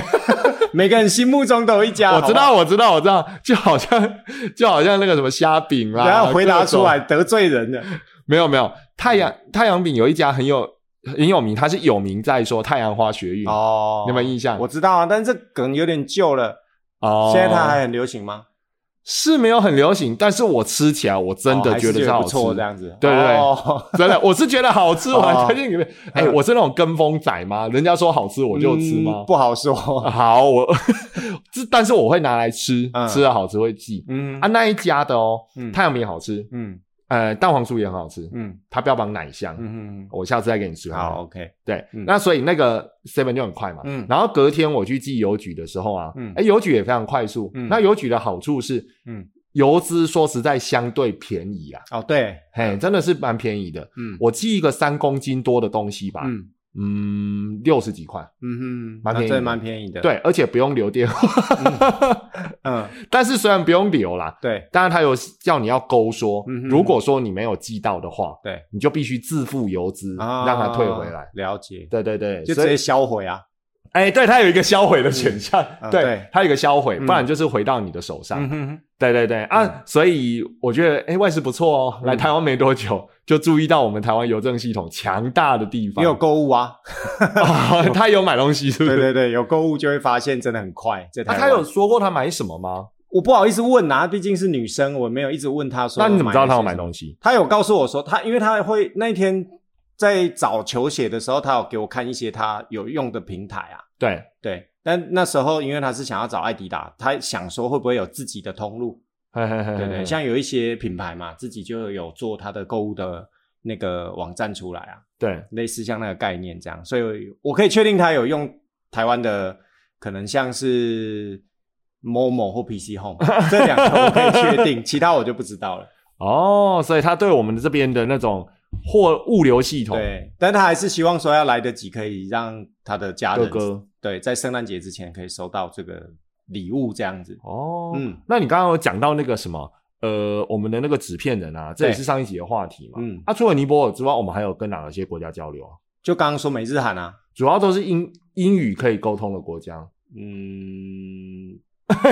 S2: 每个人心目中都有一家，
S1: 我知道，我知道，我知道，就好像就好像那个什么虾饼啊
S2: 好
S1: 啦，
S2: 不好，等下回答
S1: 各种嗯
S2: 出来得罪人了。
S1: 没有没有，太阳
S2: 嗯
S1: 太阳饼有一家很有很有名，它是有名在说太阳花学运，
S2: 哦
S1: 你有没有印象？
S2: 我知道啊，但是这梗有点旧了，
S1: 哦，
S2: 现在它还很流行吗？
S1: 是没有很流行，但是我吃起来我真
S2: 哦
S1: 的
S2: 还
S1: 觉
S2: 是
S1: 得
S2: 觉
S1: 是好
S2: 不
S1: 吃，
S2: 错这样子。
S1: 对对对
S2: 哦
S1: 真的，我是觉得好吃，我还推荐给你。哎、
S2: 嗯
S1: 我是那种跟风仔吗？人家说好吃我就吃吗
S2: 嗯？不
S1: <laughs>
S2: 好说。
S1: 好，我这但是我会拿来吃，
S2: 嗯
S1: 吃了好吃会记。
S2: 嗯
S1: 啊，那一家的哦，
S2: 嗯
S1: 太阳饼好吃，
S2: 嗯
S1: 呃，蛋黄酥也很好吃，
S2: 嗯
S1: 它标榜奶香，
S2: 嗯嗯，
S1: 我下次再给你吃。
S2: 好，，OK，
S1: 对，
S2: 嗯
S1: 那所以那个 seven 就很快嘛，
S2: 嗯
S1: 然后隔天我去寄邮局的时候啊，
S2: 嗯
S1: 哎，邮局也非常快速。
S2: 嗯
S1: 那邮局的好处是，
S2: 嗯，
S1: 邮资说实在相对便宜啦，
S2: 哦对，
S1: 嘿，真的是蛮便宜的。
S2: 嗯
S1: 我寄一个三公斤多的东西吧，
S2: 嗯
S1: 嗯，六十几块，
S2: 嗯嗯，
S1: 蛮便宜的
S2: 对，蛮便宜的。，
S1: 对，而且不用留电话，
S2: 嗯，
S1: <laughs> 但是虽然不用留啦，
S2: 对
S1: 但是他有叫你要勾说，
S2: 嗯哼
S1: 如果说你没有寄到的话，
S2: 对，
S1: 你就必须自付邮资，
S2: 啊
S1: 让他退回来。
S2: 了解，
S1: 对对对，
S2: 就
S1: 所
S2: 直
S1: 以
S2: 接销毁啊。
S1: 哎，对，它有一个销毁的选项，
S2: 嗯
S1: 对
S2: 对，
S1: 它有一个销毁，
S2: 嗯
S1: 不然就是回到你的手上。
S2: 嗯哼哼，
S1: 对对对啊，
S2: 嗯
S1: 所以我觉得哎，外事不错哦，来台湾没多久。就注意到我们台湾邮政系统强大的地
S2: 也
S1: 方，
S2: 有 <laughs> 购物啊。
S1: 哦他有买东西，是不
S2: 对
S1: 是？
S2: 对对，有购物就会发现真的很快。在台
S1: 那
S2: 湾，
S1: 他有说过他买什么吗？
S2: 我不好意思问啊，毕竟是女生，我没有一直问她说。
S1: 那你怎么知道他有买
S2: 西？
S1: 东西？
S2: 他有告诉我说，他因为他会那一天在找球鞋的时候，他有给我看一些他有用的平台啊，
S1: 对，
S2: 对。但那时候因为他是想要找艾迪达，他想说会不会有自己的通路，
S1: 嘿嘿嘿
S2: 对
S1: 嘿
S2: 对，像有一些品牌嘛，自己就有做他的购物的那个网站出来啊，
S1: 对，
S2: 类似像那个概念这样，所以我可以确定他有用台湾的，可能像是。某某或 PC Home 这两个我可以确定，其他我就不知道了。
S1: 哦，所以他对我们这边的那种货物流系统，
S2: 对，但他还是希望说要来得及，可以让他的家
S1: 哥
S2: 人
S1: 哥，
S2: 对在圣诞节之前可以收到这个礼物这样子。
S1: 哦，
S2: 嗯
S1: 那你刚刚有讲到那个什么，呃，我们的那个纸片人啊，这也
S2: 对
S1: 是上一集的话题嘛。
S2: 嗯
S1: 啊，除了尼泊尔之外，我们还有跟哪些国家交流啊？
S2: 就刚刚说美日韩啊，
S1: 主要都是英英语可以沟通的国家。 <laughs>
S2: 嗯，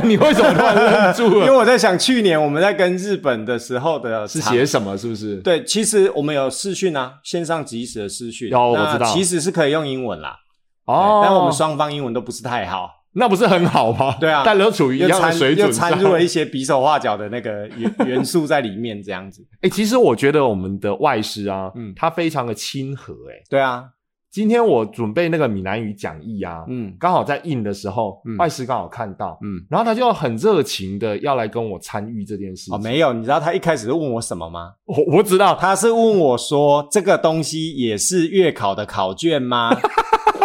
S1: 你为什么 <laughs> 突然愣住
S2: <laughs> 因为
S1: 了？
S2: 我在想去年我们在跟日本的时候的
S1: 是
S2: 场
S1: 写什么？是不是？，
S2: 对，其实我们有视讯啊，线上即时的视讯，
S1: 有我
S2: 那
S1: 知道
S2: 其实是可以用英文啦。对
S1: 哦，
S2: 但我们双方英文都不是太好，
S1: 那不是很好吗？
S2: 对啊
S1: 但都处于一
S2: 又
S1: 样的水
S2: 掺
S1: 准
S2: 又
S1: 上。
S2: 掺入了一些比手画脚的那个元元素在里面，这样子。
S1: 哎、其实我觉得我们的外师啊，嗯
S2: 嗯，
S1: 他非常的亲和、欸。哎，
S2: 对啊，
S1: 今天我准备那个闽南语讲义啊，
S2: 嗯
S1: 刚好在印的时候，
S2: 嗯
S1: 外师刚好看到，
S2: 嗯。
S1: 然后他就很热情的要来跟我参与这件事情。
S2: 哦，没有，你知道他一开始是问我什么吗？
S1: 我我知道，
S2: 他是问我说这个东西也是月考的考
S1: <laughs>
S2: 卷吗？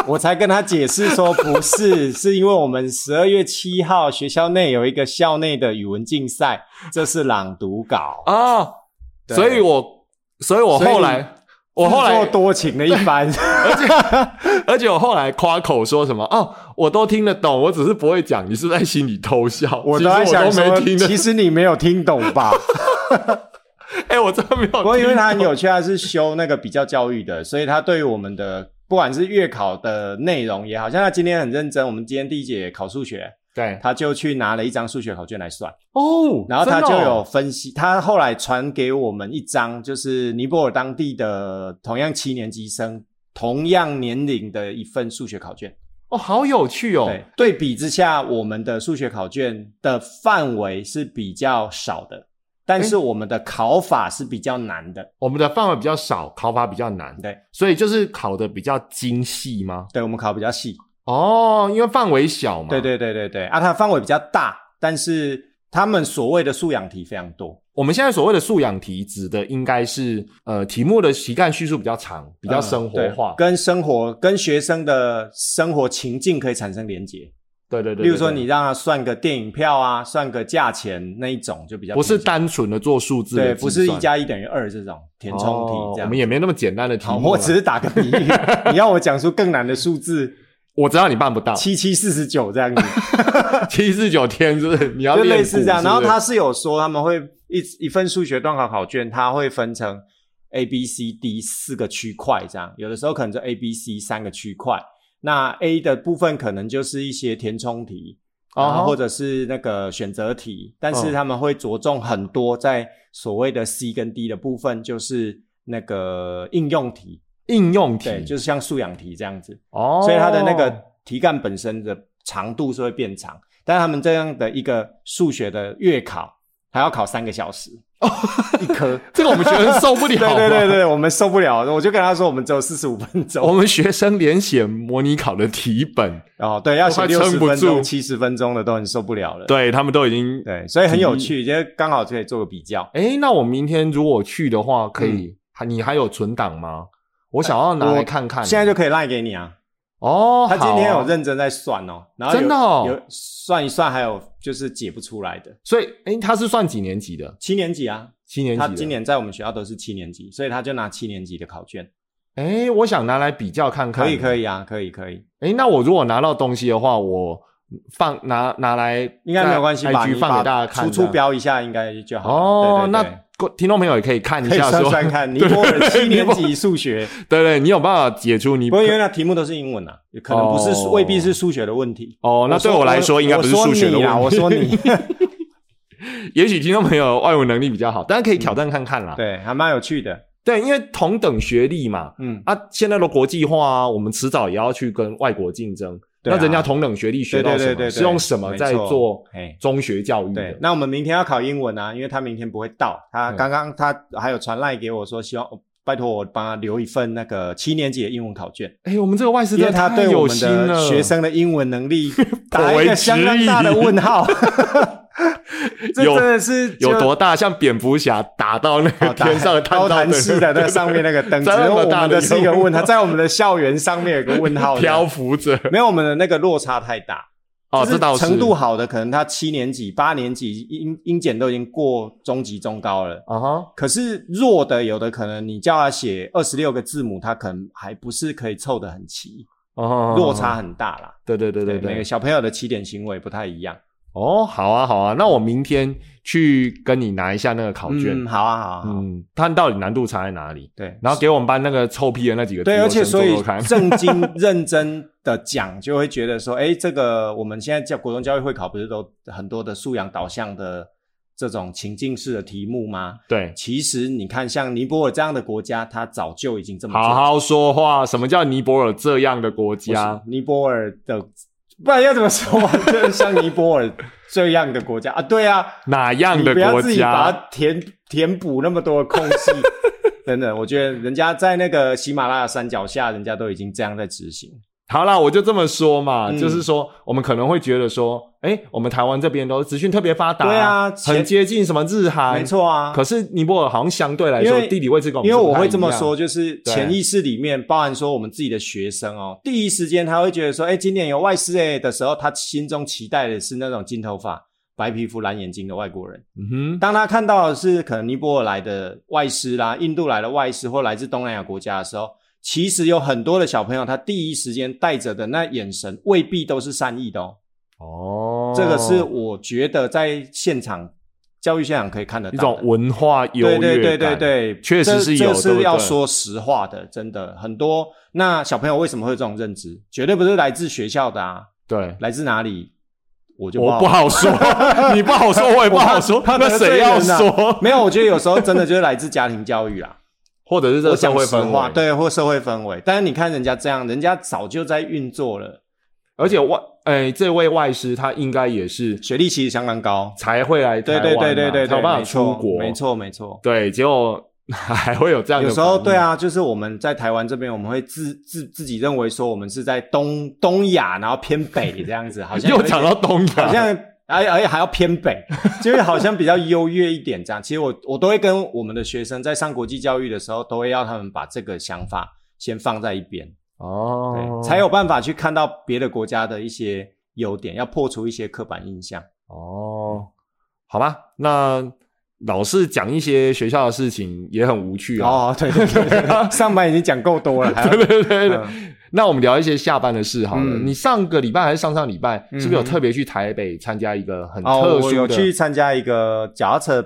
S2: 我才跟他解释说不是，是因为我们十二月七号学校内有一个校内的语文竞赛，这是朗读稿。
S1: 啊，
S2: 对
S1: 所以我，所以我后来，我后
S2: 自
S1: 来
S2: 作，多情了一番，
S1: <laughs> 而且我后来夸口说什么哦，我都听得懂，我只是不会讲。你是不是在心里偷笑？
S2: 我
S1: 其
S2: 都
S1: 实
S2: 在
S1: 我
S2: 想
S1: 都没
S2: 说，
S1: 听
S2: 其
S1: 的。
S2: 实你没有听懂吧？
S1: <laughs> 哎、我真的没有听。
S2: 不过因为他很有趣，他是修那个比较教育的，所以他对于我们的不管是月考的内容也好像他今天很认真，我们今天第一节考数学，
S1: 对
S2: 他就去拿了一张数学考卷来算，
S1: 哦，
S2: 然后他
S1: 真
S2: 就
S1: 的
S2: 有
S1: 哦
S2: 分析，他后来传给我们一张，就是尼泊尔当地的同样七年级生。同样年龄的一份数学考卷，
S1: 哦，好有趣哦。
S2: 对对比之下，我们的数学考卷的范围是比较少的，但是我们的考法是比较难的。
S1: 我们的范围比较少，考法比较难，
S2: 对
S1: 所以就是考的比较精细吗？
S2: 对，我们考比较细。
S1: 哦，因为范围小嘛。
S2: 对对对对对，啊，它的范围比较大，但是他们所谓的素养题非常多，
S1: 我们现在所谓的素养题，指的应该是呃题目的题干叙述比较长，比较生活化
S2: 嗯对。跟生活跟学生的生活情境可以产生连结。
S1: 对对对对
S2: 例如说，
S1: 对
S2: 你让他算个电影票啊，算个价钱那一种就比较
S1: 不是
S2: 偏向
S1: 单纯的做数字的
S2: 对，
S1: 计
S2: 不是一
S1: 算
S2: 加一等于二这种填充题
S1: 哦
S2: 这样。
S1: 我们也没那么简单的题
S2: 好，
S1: 目啦。啊
S2: 我只是打个比
S1: <laughs>
S2: 喻，你要我讲出更难的数字，
S1: 我知道你办不到，
S2: 七七四十九这样
S1: <laughs>
S2: 子，
S1: 七四九天是不是？你要
S2: 就
S1: 练
S2: 类似
S1: 骨
S2: 这样。
S1: 是不
S2: 然后
S1: 是
S2: 他是有说他们会一一份数学段考考卷，它会分成 A、B、C、D 四个区块这样，有的时候可能就 A、B、C 三个区块。那 A 的部分可能就是一些填充题，然
S1: 哦嗯
S2: 后或者是那个选择题，但是他们会着重很多在所谓的 C 跟 D 的部分，就是那个应用题，
S1: 应用题
S2: 对，就是像素养题这样子。
S1: 哦，
S2: 所以它的那个题干本身的长度是会变长，但他们这样的一个数学的月考还要考三个小时，
S1: 哦
S2: 一
S1: <laughs>
S2: 科。
S1: 这个我们学生受不了啊
S2: 对
S1: 嘛。
S2: <laughs> 对对对，我们受不了，我就跟他说我们只有四十五分
S1: 我
S2: 钟，
S1: 们学生连写模拟考的题本，
S2: 哦，对，要写
S1: 快
S2: 六
S1: 撑
S2: 十
S1: 不
S2: 分
S1: 住
S2: 钟、七十分钟的都很受不了了。
S1: 对他们都已经。
S2: 对，所以很有趣，就是刚好可以做个比较。
S1: 哎，那我明天如果去的话，可以？还你还有存档吗？我想要拿
S2: 嗯呃我
S1: 来看看。
S2: 现在就可以赖给你啊，
S1: 哦，
S2: 他今
S1: 好
S2: 天
S1: 啊
S2: 有认真在算哦，然后有
S1: 真的哦
S2: 有算一算，还有就是解不出来的。
S1: 所以，哎，他是算几年级的？
S2: 七年级啊，
S1: 七年级
S2: 他
S1: 的。
S2: 今，年在我们学校都是七年级，所以他就拿七年级的考卷。
S1: 哎，我想拿来比较看看。
S2: 可以可
S1: 以。
S2: 以啊，可以可以，
S1: 哎，那我如果拿到东西的话，我放拿拿来
S2: 应该没有关系
S1: 在
S2: 吧？你
S1: IG 放给
S2: 把
S1: 大家看，
S2: 出
S1: 这
S2: 出
S1: 样
S2: 标一下应该就好了。
S1: 哦，
S2: 对对对
S1: 那各听众朋友也可以看一
S2: 可以
S1: 下说，
S2: 算
S1: <laughs>
S2: 算看，尼泊尔七年级数学，
S1: 对对，你有办法解除你
S2: 不过因为那题目都是英文啊，也可能不是
S1: 哦
S2: 未必是数学的问题。
S1: 哦，那对我来说应该不是数学的
S2: 我
S1: 问题。
S2: 说你啦， <laughs> 我说你，
S1: <laughs> 也许听众朋友外文能力比较好，但是可以挑战看看啦。
S2: 对，还蛮有趣的。
S1: 对，因为同等学历嘛，
S2: 嗯，
S1: 啊，现在的国际化啊，我们迟早也要去跟外国竞争。
S2: 对啊
S1: 那人家同等学历学到什么，
S2: 对对对对对
S1: 是用什么在
S2: 没
S1: 做
S2: 错嘿
S1: 中学教育
S2: 对
S1: 的，？
S2: 那我们明天要考英文啊，因为他明天不会到。他
S1: 嗯
S2: 刚刚他还有传赖给我说，希望哦拜托我帮他留一份那个七年级的英文考卷。
S1: 哎，我们这个外师
S2: 因
S1: 真
S2: 为
S1: 的
S2: 他对
S1: 太
S2: 我
S1: 有
S2: 们
S1: 心
S2: 的
S1: 了，
S2: 学生的英文能力打
S1: <laughs> 颇
S2: 一
S1: 为
S2: 个相 <laughs> 当大的问号，这
S1: 有
S2: 真的是就
S1: 有多大？像蝙蝠侠打到那个
S2: 好哦打
S1: 天上的探
S2: 高
S1: 照
S2: 谭市
S1: 灯
S2: 的那上面那个
S1: <laughs>
S2: 灯，只
S1: 这么
S2: 有我
S1: 大
S2: 们
S1: 的
S2: 的是一个
S1: 一个
S2: 问号，在我们的校园上面有个问号的，
S1: 漂浮着。
S2: 没有我们的那个落差太大。
S1: 哦，
S2: 就是
S1: 这倒是
S2: 程度好的，可能他七年级、八年级英英检都已经过中级、中高了。
S1: 啊哈，
S2: 可是弱的，有的可能你叫他写二十六个字母，他可能还不是可以凑得很齐，
S1: 啊哈
S2: 落差，很大啦。
S1: 对对对对
S2: 每个
S1: 对。
S2: 小朋友的起点行为不太一样。
S1: 哦，好啊好啊，那我明天去跟你拿一下那个考卷
S2: 嗯，，好啊，好啊，好啊
S1: 嗯，看到底难度差在哪里，
S2: 对，
S1: 然后给我们班那个臭屁的那几个题，
S2: 对，
S1: 我
S2: 而且
S1: 先
S2: 所
S1: 做
S2: 以
S1: 做看
S2: <laughs> 正经认真的讲，就会觉得说，哎，这个我们现在教国中教育会考不是都很多的素养导向的这种情境式的题目吗？
S1: 对，
S2: 其实你看，像尼泊尔这样的国家，它早就已经这么
S1: 好好说话。什么叫尼泊尔这样的国
S2: 做了。
S1: 家？
S2: 不是尼泊尔的，不然要怎么说啊？就是像尼泊尔这样的国家啊，对啊，
S1: 哪样
S2: 你
S1: 的
S2: 不要
S1: 国
S2: 自己
S1: 家？
S2: 把它填填补那么多的空隙。 <laughs> 真的，我觉得人家在那个喜马拉雅山脚下，人家都已经这样在执行。
S1: 好啦，我就这么说嘛，
S2: 嗯
S1: 就是说我们可能会觉得说，哎，我们台湾这边都资讯特别发达，
S2: 对啊
S1: 很
S2: 前
S1: 接近什么日韩，
S2: 没。错啊，
S1: 嗯可是尼泊尔好像相对来
S2: 因
S1: 说
S2: 为
S1: 地理位置跟我们
S2: 因为
S1: 是不
S2: 我
S1: 太
S2: 会这么
S1: 一样
S2: 说，就是
S1: 对
S2: 潜意识里面包含说我们自己的学生哦，第一时间他会觉得说，哎，今年有外师哎的时候，他心中期待的是那种金头发、白皮肤、蓝眼睛的外国人。
S1: 嗯哼，
S2: 当他看到的是可能尼泊尔来的外师啦、印度来的外师或来自东南亚国家的时候，其实有很多的小朋友，他第一时间带着的那眼神未必都是善意的哦。
S1: 哦，
S2: 这个是我觉得在现场教育现场可以看得到
S1: 一
S2: 的
S1: 种文化优越感，
S2: 对对对对对，
S1: 确实是有
S2: 这这
S1: 对不
S2: 是
S1: 对
S2: 要说实话的，真的很多。那小朋友为什么会有这种认知？绝对不是来自学校的啊，
S1: 对
S2: 来自哪里？我就
S1: 我不好说，
S2: <laughs>
S1: 你不好说，我也不好说
S2: 我，怕怕
S1: 那
S2: 得罪
S1: 谁要
S2: 人啊
S1: 说？
S2: 没有，我觉得有时候真的就是来自家庭教育啦，
S1: 或者是这
S2: 我
S1: 个社
S2: 讲
S1: 会
S2: 实
S1: 氛
S2: 话，
S1: 围，，
S2: 对，或社会氛围。但是你看人家这样，人家早就在运作了，
S1: 而且外，哎，这位外师他应该也是
S2: 学历其实相当高。
S1: 才会来台
S2: 对
S1: 湾
S2: 对
S1: 嘛，
S2: 对对对
S1: 才
S2: 对，
S1: 有办法
S2: 没
S1: 出
S2: 错，
S1: 国，
S2: 没，错没错。
S1: 对，结果 <laughs> 还会有这样的，
S2: 有时候对，啊，就是我们在台湾这边，我们会自自自己认为说我们是在东东亚，然后偏北这样子，好像有
S1: 又
S2: 一点
S1: 讲到东
S2: 好
S1: 亚，
S2: 像而且而且还要偏北，就是好像比较优越一点这样。其实我我都会跟我们的学生在上国际教育的时候，都会要他们把这个想法先放在一边，
S1: 哦
S2: 对，才有办法去看到别的国家的一些优点，要破除一些刻板印象。
S1: 哦，好吧，那老是讲一些学校的事情也很无趣啊。
S2: 哦，对对对 <laughs> 对，上班已经讲够多了，还要
S1: <laughs> 对对对对，
S2: 嗯
S1: 那我们聊一些下班的事好了。
S2: 嗯
S1: 你上个礼拜还是上上礼拜，
S2: 嗯
S1: 是不是有特别去台北参加一个很
S2: 哦，
S1: 特
S2: 我
S1: 殊
S2: 有
S1: 的？
S2: 去参加一个脚踏车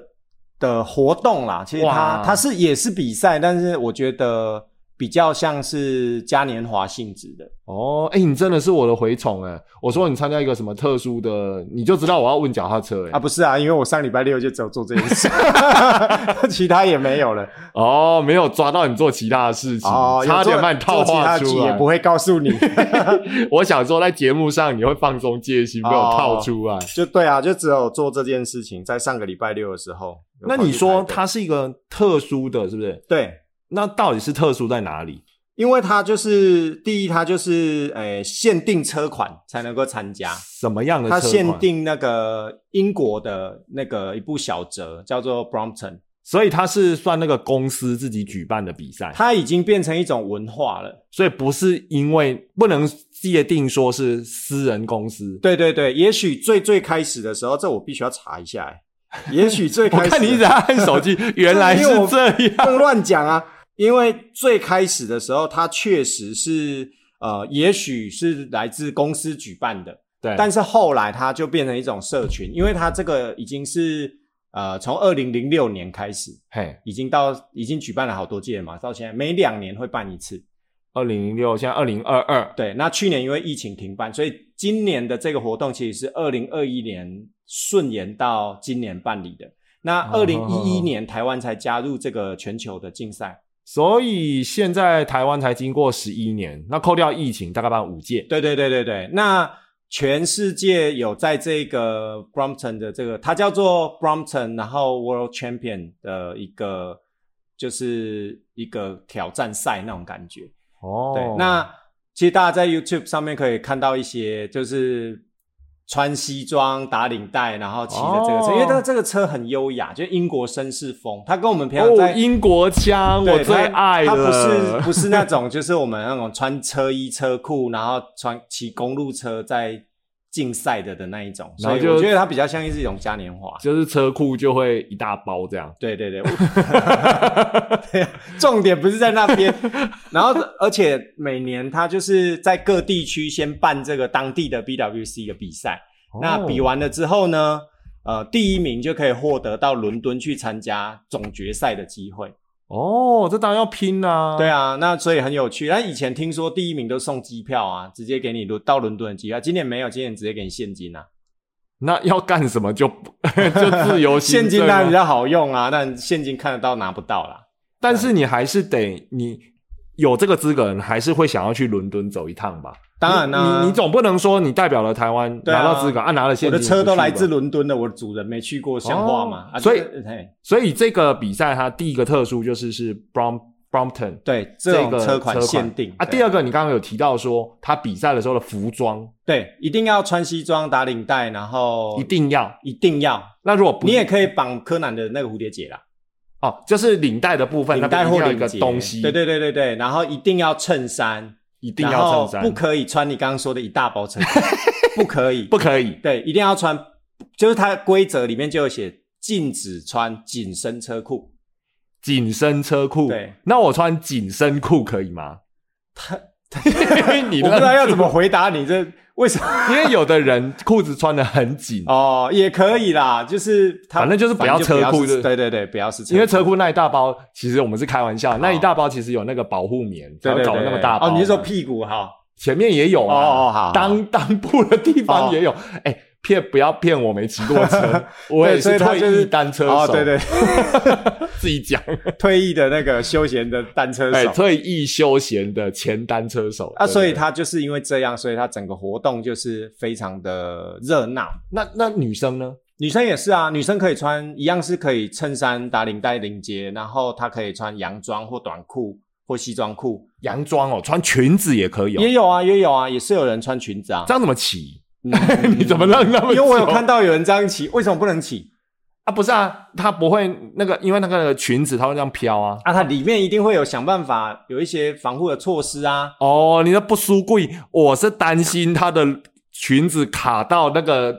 S2: 的活动啦。其实它
S1: 哇
S2: 它是也是比赛，但是我觉得比较像是嘉年华性质的。
S1: 哦，哎、你真的是我的蛔虫哎！我说你参加一个什么特殊的，你就知道我要问脚踏车哎、
S2: 啊，不是啊，因为我上礼拜六就只有做这件
S1: <laughs>
S2: 事，其他也没有了。
S1: 哦，没有抓到你做其他的事情，
S2: 哦，有
S1: 嗯差点
S2: 做
S1: 把你套
S2: 做其他
S1: 话
S2: 集
S1: 出
S2: 也
S1: 来
S2: 不。会告诉你。
S1: 我想说，在节目上你会放松戒心，被我
S2: 哦
S1: 套出来。
S2: 就对啊，就只有做这件事情，在上个礼拜六的时候。有
S1: 那
S2: 跑去
S1: 你说
S2: 台北
S1: 它是一个特殊的，是不是？
S2: 对？
S1: 那到底是特殊在哪里？
S2: 因为它就是第一，它就是诶、呃限定车款才能够参加。
S1: 什么样的
S2: 它
S1: 车款？
S2: 限定那个英国的那个一部小折叫做 Brompton，
S1: 所以它是算那个公司自己举办的比赛，
S2: 它已经变成一种文化了。
S1: 所以不是因为不能界定说是私人公司。
S2: 对对对，也许最最开始的时候，这我必须要查一下、欸。也许最
S1: 我
S2: 开始，
S1: 看你一直在按手
S2: <laughs>
S1: 机，原来是这
S2: 不
S1: 样。
S2: 能乱讲啊，因为最开始的时候，它确实是呃，也许是来自公司举办的，
S1: 对，
S2: 但是后来它就变成一种社群，因为它这个已经是呃，从二零零六年开始，
S1: 嘿，
S2: 已经到已经举办了好多届了嘛，到现在每两年会办一次。
S1: 二零零六，现在二零二二，
S2: 对，那去年因为疫情停办，所以今年的这个活动其实是二零二一年顺延到今年办理的。那
S1: 哦
S2: 二零一一年台湾才加入这个全球的竞赛。
S1: 所以现在台湾才经过十一年，那扣掉疫情大概办五届。
S2: 对对对对对，那全世界有在这个 Brompton 的这个，它叫做 Brompton，然后 World Champion 的一个，就是一个挑战赛那种感觉。
S1: 哦，
S2: 对，那其实大家在 YouTube 上面可以看到一些，就是穿西装、打领带，然后骑着这个
S1: 哦
S2: 车，因为它这个车很优雅，就英国绅士风，它跟我们平常
S1: 哦
S2: 在。，
S1: 英国腔
S2: 对
S1: 我最爱
S2: 它，它
S1: 了。
S2: 不是不是那种，就是我们
S1: <laughs>
S2: 那种穿车衣车裤，然后穿骑公路车在竞赛的的那一种，
S1: 然
S2: 所
S1: 后
S2: 以
S1: 就
S2: 我觉得它比较像是一种嘉年华。
S1: 就是车库就会一大包这样。<laughs>
S2: 对对对， <laughs> 我对啊重点不是在那边。然后，而且每年他就是在各地区先办这个当地的 BWC 的比赛。
S1: 哦
S2: 那比完了之后呢，呃，第一名就可以获得到伦敦去参加总决赛的机会。
S1: 哦，这当然要拼啦、
S2: 对啊，那所以很有趣。但以前听说第一名都送机票啊，直接给你伦到伦敦的机票。今年没有，今年直接给你现金啊。
S1: 那要干什么就 <laughs> 就自由行
S2: 现
S1: 政
S2: 金
S1: 啊
S2: 当然比较好用啊，但现金看得到拿不到啦。
S1: 但是你还是得你有这个资格，你还是会想要去伦敦走一趟吧？
S2: 当然啦、
S1: 你你你总不能说你代表了台湾、
S2: 对啊
S1: 拿到资格啊，拿了现
S2: 我
S1: 金
S2: 的车
S1: 你不
S2: 都
S1: 去吧
S2: 来自，伦敦的，我的主人没去过，像话
S1: 哦
S2: 吗？啊，
S1: 所以
S2: 这个嘿
S1: 所以这个比赛它第一个特殊就是是 Brom Brompton
S2: 对这
S1: 这
S2: 种
S1: 个
S2: 车款限定
S1: 啊。
S2: 对
S1: 第二个你刚刚有提到说他比赛的时候的服装
S2: 对，一定要穿西装打领带，然后
S1: 一定要，
S2: 一定要，
S1: 那如果不
S2: 你也可以绑柯南的那个蝴蝶结啦，
S1: 哦，就是领带的部分，
S2: 领带
S1: 那边
S2: 或
S1: 一定要有
S2: 领
S1: 一个
S2: 结
S1: 东西，
S2: 对，对对对对，然后一定要衬衫，
S1: 一定
S2: 然
S1: 要
S2: 后
S1: 衬衫，
S2: 不可以穿你刚刚说的一大包
S1: <laughs>
S2: 衬衫，不可以，
S1: 不可以
S2: 对，一定要穿，就是它的规则里面就有写禁止穿紧身车裤，
S1: 紧身车裤。
S2: 对，
S1: 那我穿紧身裤可以
S2: <laughs>
S1: 吗？你
S2: 我不知道
S1: 那，
S2: 要怎么回答你这为什么。
S1: 因为有的人裤子穿的很紧，
S2: 哦，也可以啦，就是它
S1: 反正就是不要车库
S2: 反正就不要是
S1: 就
S2: 对对对，不要是车库，
S1: 因为车库那一大包，其实我们是开玩笑，那一大包其实有那个保护棉，才
S2: 哦对
S1: 会
S2: 对
S1: 搞
S2: 对
S1: 得那么大包。
S2: 哦，你是说屁股哈？
S1: 前面也有
S2: 哦
S1: 啊？
S2: 哦好，哦
S1: 裆裆部的地方也有。哎，骗不要骗我没骑过车，我也
S2: <laughs> 对所
S1: 是
S2: 以他就
S1: 退
S2: 是
S1: 役单车
S2: 哦
S1: 手，
S2: 对，对，
S1: <laughs>
S2: <laughs>
S1: 自己讲。
S2: 退役的那个休闲的单车
S1: 哎，
S2: 手
S1: 退役休闲的前单车手
S2: 啊，
S1: 对
S2: 所以
S1: 对对
S2: 他就是因为这样，所以他整个活动就是非常的热闹。
S1: 那那女生呢？
S2: 女生也是啊，女生可以穿一样是可以衬衫打领带领结，然后她可以穿洋装或短裤或西装裤，
S1: 洋装哦，穿裙子也可以哦，
S2: 也有啊也有啊，也是有人穿裙子啊，
S1: 这样怎么骑？ <laughs> 你怎么让那么久？
S2: 嗯 <laughs> 因为我有看到有人这样骑，为什么不能骑？
S1: 啊，不是啊，它不会那个，因为那个裙子它会这样飘啊。
S2: 啊，它里面一定会有想办法，有一些防护的措施啊。
S1: 哦，你那不输贵，我是担心它的裙子卡到那个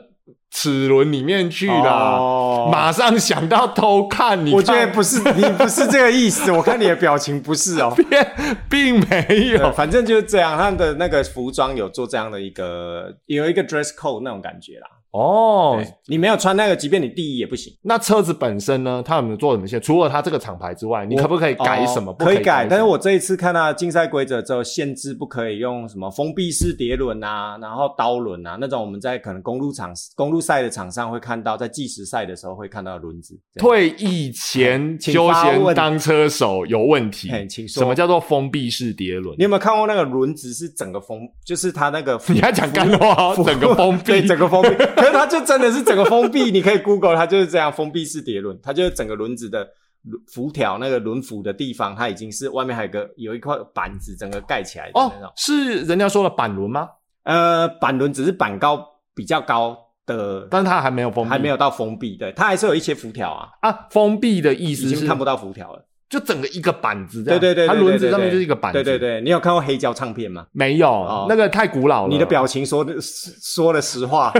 S1: 齿轮里面去啦。
S2: 哦
S1: 马上想到偷看，你
S2: 我觉
S1: 看
S2: 得不是，你不是这个意思。我 <laughs> 看你的表情不是哦。
S1: <laughs> 并没
S2: 对
S1: 有。
S2: 反正就是这样，他的那个服装有做这样的一个有一个 dress code 那种感觉啦。
S1: 哦
S2: 哦，，你没有穿那个，即便你第一也不行。
S1: 那车子本身呢？它有没有做什么线？除了它这个厂牌之外，你
S2: 我
S1: 可不可以改什么？
S2: 哦
S1: 不
S2: 可
S1: 以
S2: 以改，
S1: 什么
S2: 但是我这一次看到竞赛规则之后，限制不可以用什么封闭式碟轮啊，然后刀轮啊那种我们在可能公路场、公路赛的场上会看到，在计时赛的时候会看到的轮子。这样
S1: 退役前
S2: 哎请
S1: 休
S2: 发
S1: 闲
S2: 问
S1: 当车手有问题
S2: 嘿，请说
S1: 什么叫做封闭式碟轮
S2: 你？有没有看过那个轮子是整个封，就是它那个
S1: <laughs> 你还讲干
S2: <laughs>
S1: 话哦，整个封
S2: 对，
S1: 闭，
S2: 整个封闭，可是它就真的是整个封闭， <laughs> 你可以 Google 它就是这样封闭式碟轮，它就是整个轮子的轮辐条那个轮辐的地方，它已经是外面还有一个有一块板子整个盖起来的那种
S1: 哦，。是人家说的板轮吗？
S2: 呃，板轮只是板高比较高的，
S1: 但是它还没有封闭，
S2: 还没有到封闭，对，它还是有一些辐条啊，
S1: 啊。封闭的意
S2: 已
S1: 思
S2: 经
S1: 是
S2: 看不到辐条了。
S1: 就整个一个板子这
S2: 对
S1: 样，
S2: 对对，
S1: 它
S2: 对
S1: 轮
S2: 对
S1: 子上面
S2: 对
S1: 就是一个板子，
S2: 对对对，你有看过黑胶唱片吗？
S1: 没有、
S2: 哦
S1: 那个太古老了。
S2: 你的，表情说的说了实话，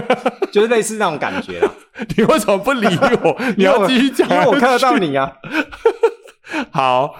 S2: 就是类似那种感觉啦。
S1: <laughs> 你为什么不理
S2: <laughs>
S1: 我？ <laughs> 你要继续讲
S2: 因
S1: 下去，
S2: 为我看得到你啊，
S1: <laughs> 好，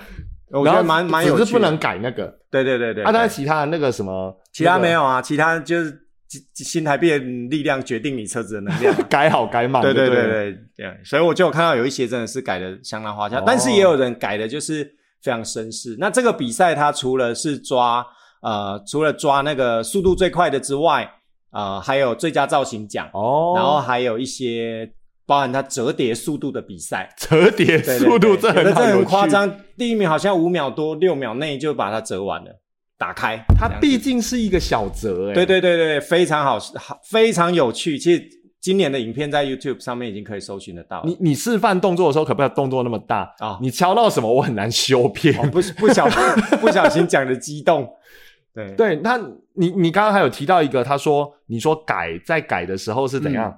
S2: 我觉
S1: 然后
S2: 得蛮蛮有
S1: 只
S2: 趣
S1: 是
S2: 的。
S1: 不能改那个
S2: 对对对对
S1: 啊。当然，
S2: 对
S1: 其他的那个什么，
S2: 其他
S1: 那个
S2: 没有啊，其他就是几几新台币的力量决定你车子的能量。
S1: 改好改满就
S2: 对
S1: 对
S2: 对对
S1: 了，
S2: 对对，所以我就有看到有一些真的是改的相当花俏，
S1: 哦
S2: 但是也有人改的就是非常绅士。那这个比赛它除了是抓呃除了抓那个速度最快的之外，呃还有最佳造型奖，
S1: 哦，
S2: 然后还有一些包含它折叠速度的比赛。
S1: 折叠
S2: 对对
S1: 速度
S2: 对有
S1: 很
S2: 的
S1: 好有
S2: 很
S1: 趣
S2: 夸，张，第一名好像五秒多六秒内就把它折完了，打开。
S1: 它
S2: 这样子
S1: 毕竟是一个小折哎、
S2: 对对对对，非常好，好非常有趣。其实今年的影片在 YouTube 上面已经可以搜寻得到了。
S1: 你你示范动作的时候，可不要动作那么大
S2: 啊
S1: 你敲到什么，我很难修片。
S2: 哦，不不小
S1: <laughs>
S2: 不小心讲的激动，对
S1: 对，那你你刚刚还有提到一个，他说你说改在改的时候是怎样？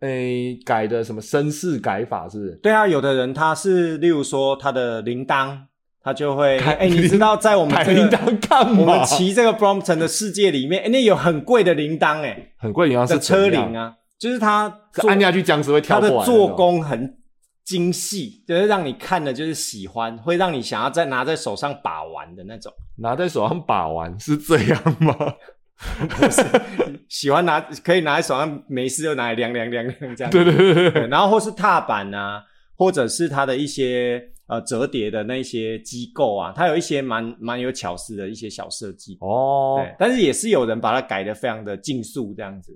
S1: 诶、改的什么绅士改法是不是？
S2: 对啊，有的人他是例如说他的铃铛，他就会
S1: 开
S2: 哎、你知道在我们
S1: 买
S2: 这
S1: 铃
S2: 个
S1: 铛干嘛？
S2: 我们骑这个 Brompton 的世界里面，哎、那有很贵的铃铛哎
S1: 很贵，铃铛
S2: 的
S1: 是
S2: 车
S1: 怎样
S2: 铃，啊，就是它
S1: 是
S2: 做
S1: 按下去僵尸会跳
S2: 它
S1: 过
S2: 的
S1: 来那种。
S2: 做工很精细，就是让你看了就是喜欢，会让你想要再拿在手上把玩的那种。
S1: 拿在手上把玩是这样吗？ <laughs>
S2: 喜欢拿可以拿在手上，没事就拿来量量量量这样。
S1: 对对对对对，
S2: <laughs> 对，然后或是踏板啊，或者是它的一些呃折叠的那些机构啊，它有一些蛮蛮有巧思的一些小设计。
S1: 哦，
S2: 对，但是也是有人把它改得非常的竞速这样子。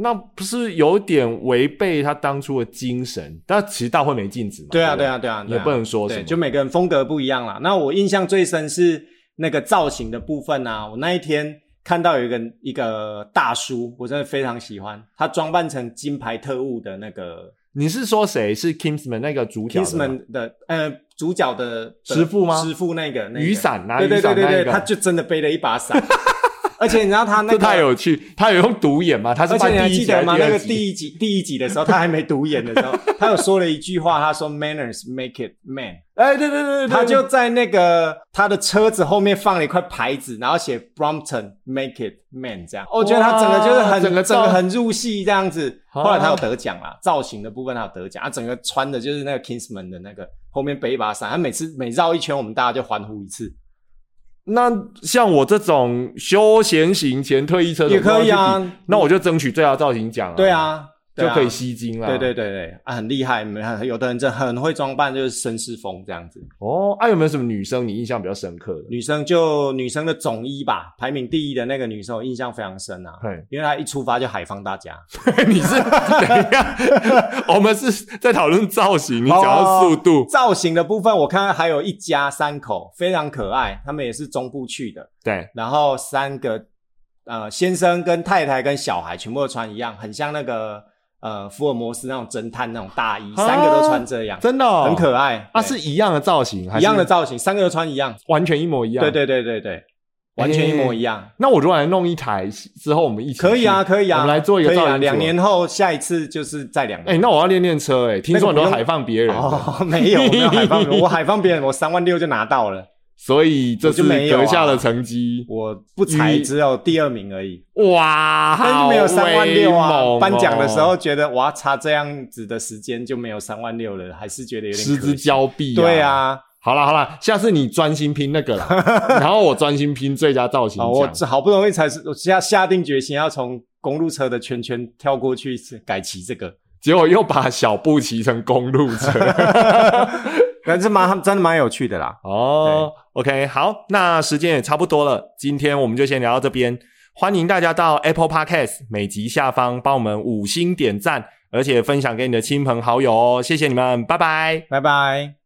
S1: 那不是有点违背他当初的精神？但其实大会没禁止嘛。
S2: 对啊，
S1: 对
S2: 对啊，对啊，
S1: 不对，
S2: 对
S1: 也
S2: 啊
S1: 不能说什
S2: 对，
S1: 么。
S2: 就每个人风格不一样啦。那我印象最深是那个造型的部分啊，我那一天看到有一个一个大叔，我真的非常喜欢，他装扮成金牌特务的那个
S1: 你是说谁是 Kingsman 那个主角的吗
S2: Kingsman 的呃主角的的
S1: 师傅吗
S2: 师傅那个那个
S1: 雨伞拿
S2: 对
S1: 雨
S2: 对
S1: 伞
S2: 对
S1: 那
S2: 对
S1: 一个
S2: 对，他就真的背了一把伞， <laughs> 而且你知道他那
S1: 这
S2: 个
S1: 太有趣，他有用独眼吗？他是
S2: 而且你
S1: 拍
S2: 还
S1: 第一
S2: 记
S1: 集还是第
S2: 得吗？那
S1: 二
S2: 个
S1: 集？
S2: 第一集第一集的时候，他还没读演的
S1: <laughs>
S2: 时候，他有说了一句话，他说 “Manners make it man”，
S1: 哎，对对对对，
S2: 他就在那个他的车子后面放了一块牌子，然后写 “Brompton make it man” 这样。哦我觉得他整个就是很
S1: 整
S2: 整
S1: 个
S2: 个
S1: 造
S2: 很入戏这样子。
S1: 啊
S2: 后来他有得奖啦，造型的部分他有得奖，啊他整个穿的就是那个 Kingsman 的那个后面背一把伞，他每次每绕一圈，我们大家就欢呼一次。
S1: 那像我这种休闲型前退役车手
S2: 也可以啊
S1: 跟我去比那我就争取最佳造型奖啊。
S2: 对，啊，对
S1: 就
S2: 啊
S1: 可以吸睛啦。
S2: 对对对对啊，很厉害，没有的人真的很会装扮，就是绅士风这样子。
S1: 哦，啊，有没有什么女生你印象比较深刻的？
S2: 女生就女生的总一吧，排名第一的那个女生，我印象非常深啊，
S1: 嘿
S2: 因为她一出发就海放大家。
S1: <laughs> 你是等一
S2: <laughs>
S1: 下，我们是在讨论造型，
S2: 哦
S1: 你讲到速度，
S2: 造型的部分，我看还有一家三口非常可爱，他们也是中部去的，
S1: 对，
S2: 然后三个呃先生跟太太跟小孩全部都穿一样，很像那个呃福尔摩斯那种侦探那种大衣，
S1: 啊
S2: 三个都穿这样，
S1: 真的哦
S2: 很可爱
S1: 啊，
S2: 对
S1: 是一样的造型，还
S2: 一
S1: 是
S2: 样的造型，三个都穿一样。
S1: 完全一模一样。
S2: 对对对对对，完全一模一样。
S1: 那我如果来弄一台之后，我们一起
S2: 可以啊，
S1: 去
S2: 可以啊，
S1: 我们来做一个
S2: 可以
S1: 造
S2: 啊。
S1: 型组
S2: 两。年后下一次就是再两
S1: 哎、
S2: 年。
S1: 那我要练练车哎、听说很
S2: 那个不用
S1: 多海放别人的，
S2: 哦， <laughs> 没有，我没有海放别
S1: <laughs>
S2: 人，我海放别人，我三万六就拿到了，
S1: 所以这是
S2: 我就没有啊
S1: 阁下的成绩、
S2: 我不才
S1: 你
S2: 只有第二名而已，
S1: 哇，
S2: 但啊是没有三万六
S1: 好威猛
S2: 啊。
S1: 哦
S2: 颁奖的时候觉得哇，差这样子的时间就没有三万六了，还是觉得有点
S1: 失之
S2: 可惜。
S1: 交臂、
S2: 对，啊，
S1: 好啦好啦，下次你专心拼那个
S2: <laughs>
S1: 啦，然后我专心拼最佳造型
S2: 哦，我
S1: 奖。
S2: 这好不容易才是我下下定决心要从公路车的圈圈跳过去改骑这个， <laughs>
S1: 结果又把小布骑成公路车。
S2: 但是蛮真的蛮有趣的啦。
S1: 哦，OK，好，那时间也差不多了，今天我们就先聊到这边。欢迎大家到 Apple Podcast 每集下方帮我们五星点赞，而且分享给你的亲朋好友哦，谢谢你们，拜拜。
S2: 拜拜。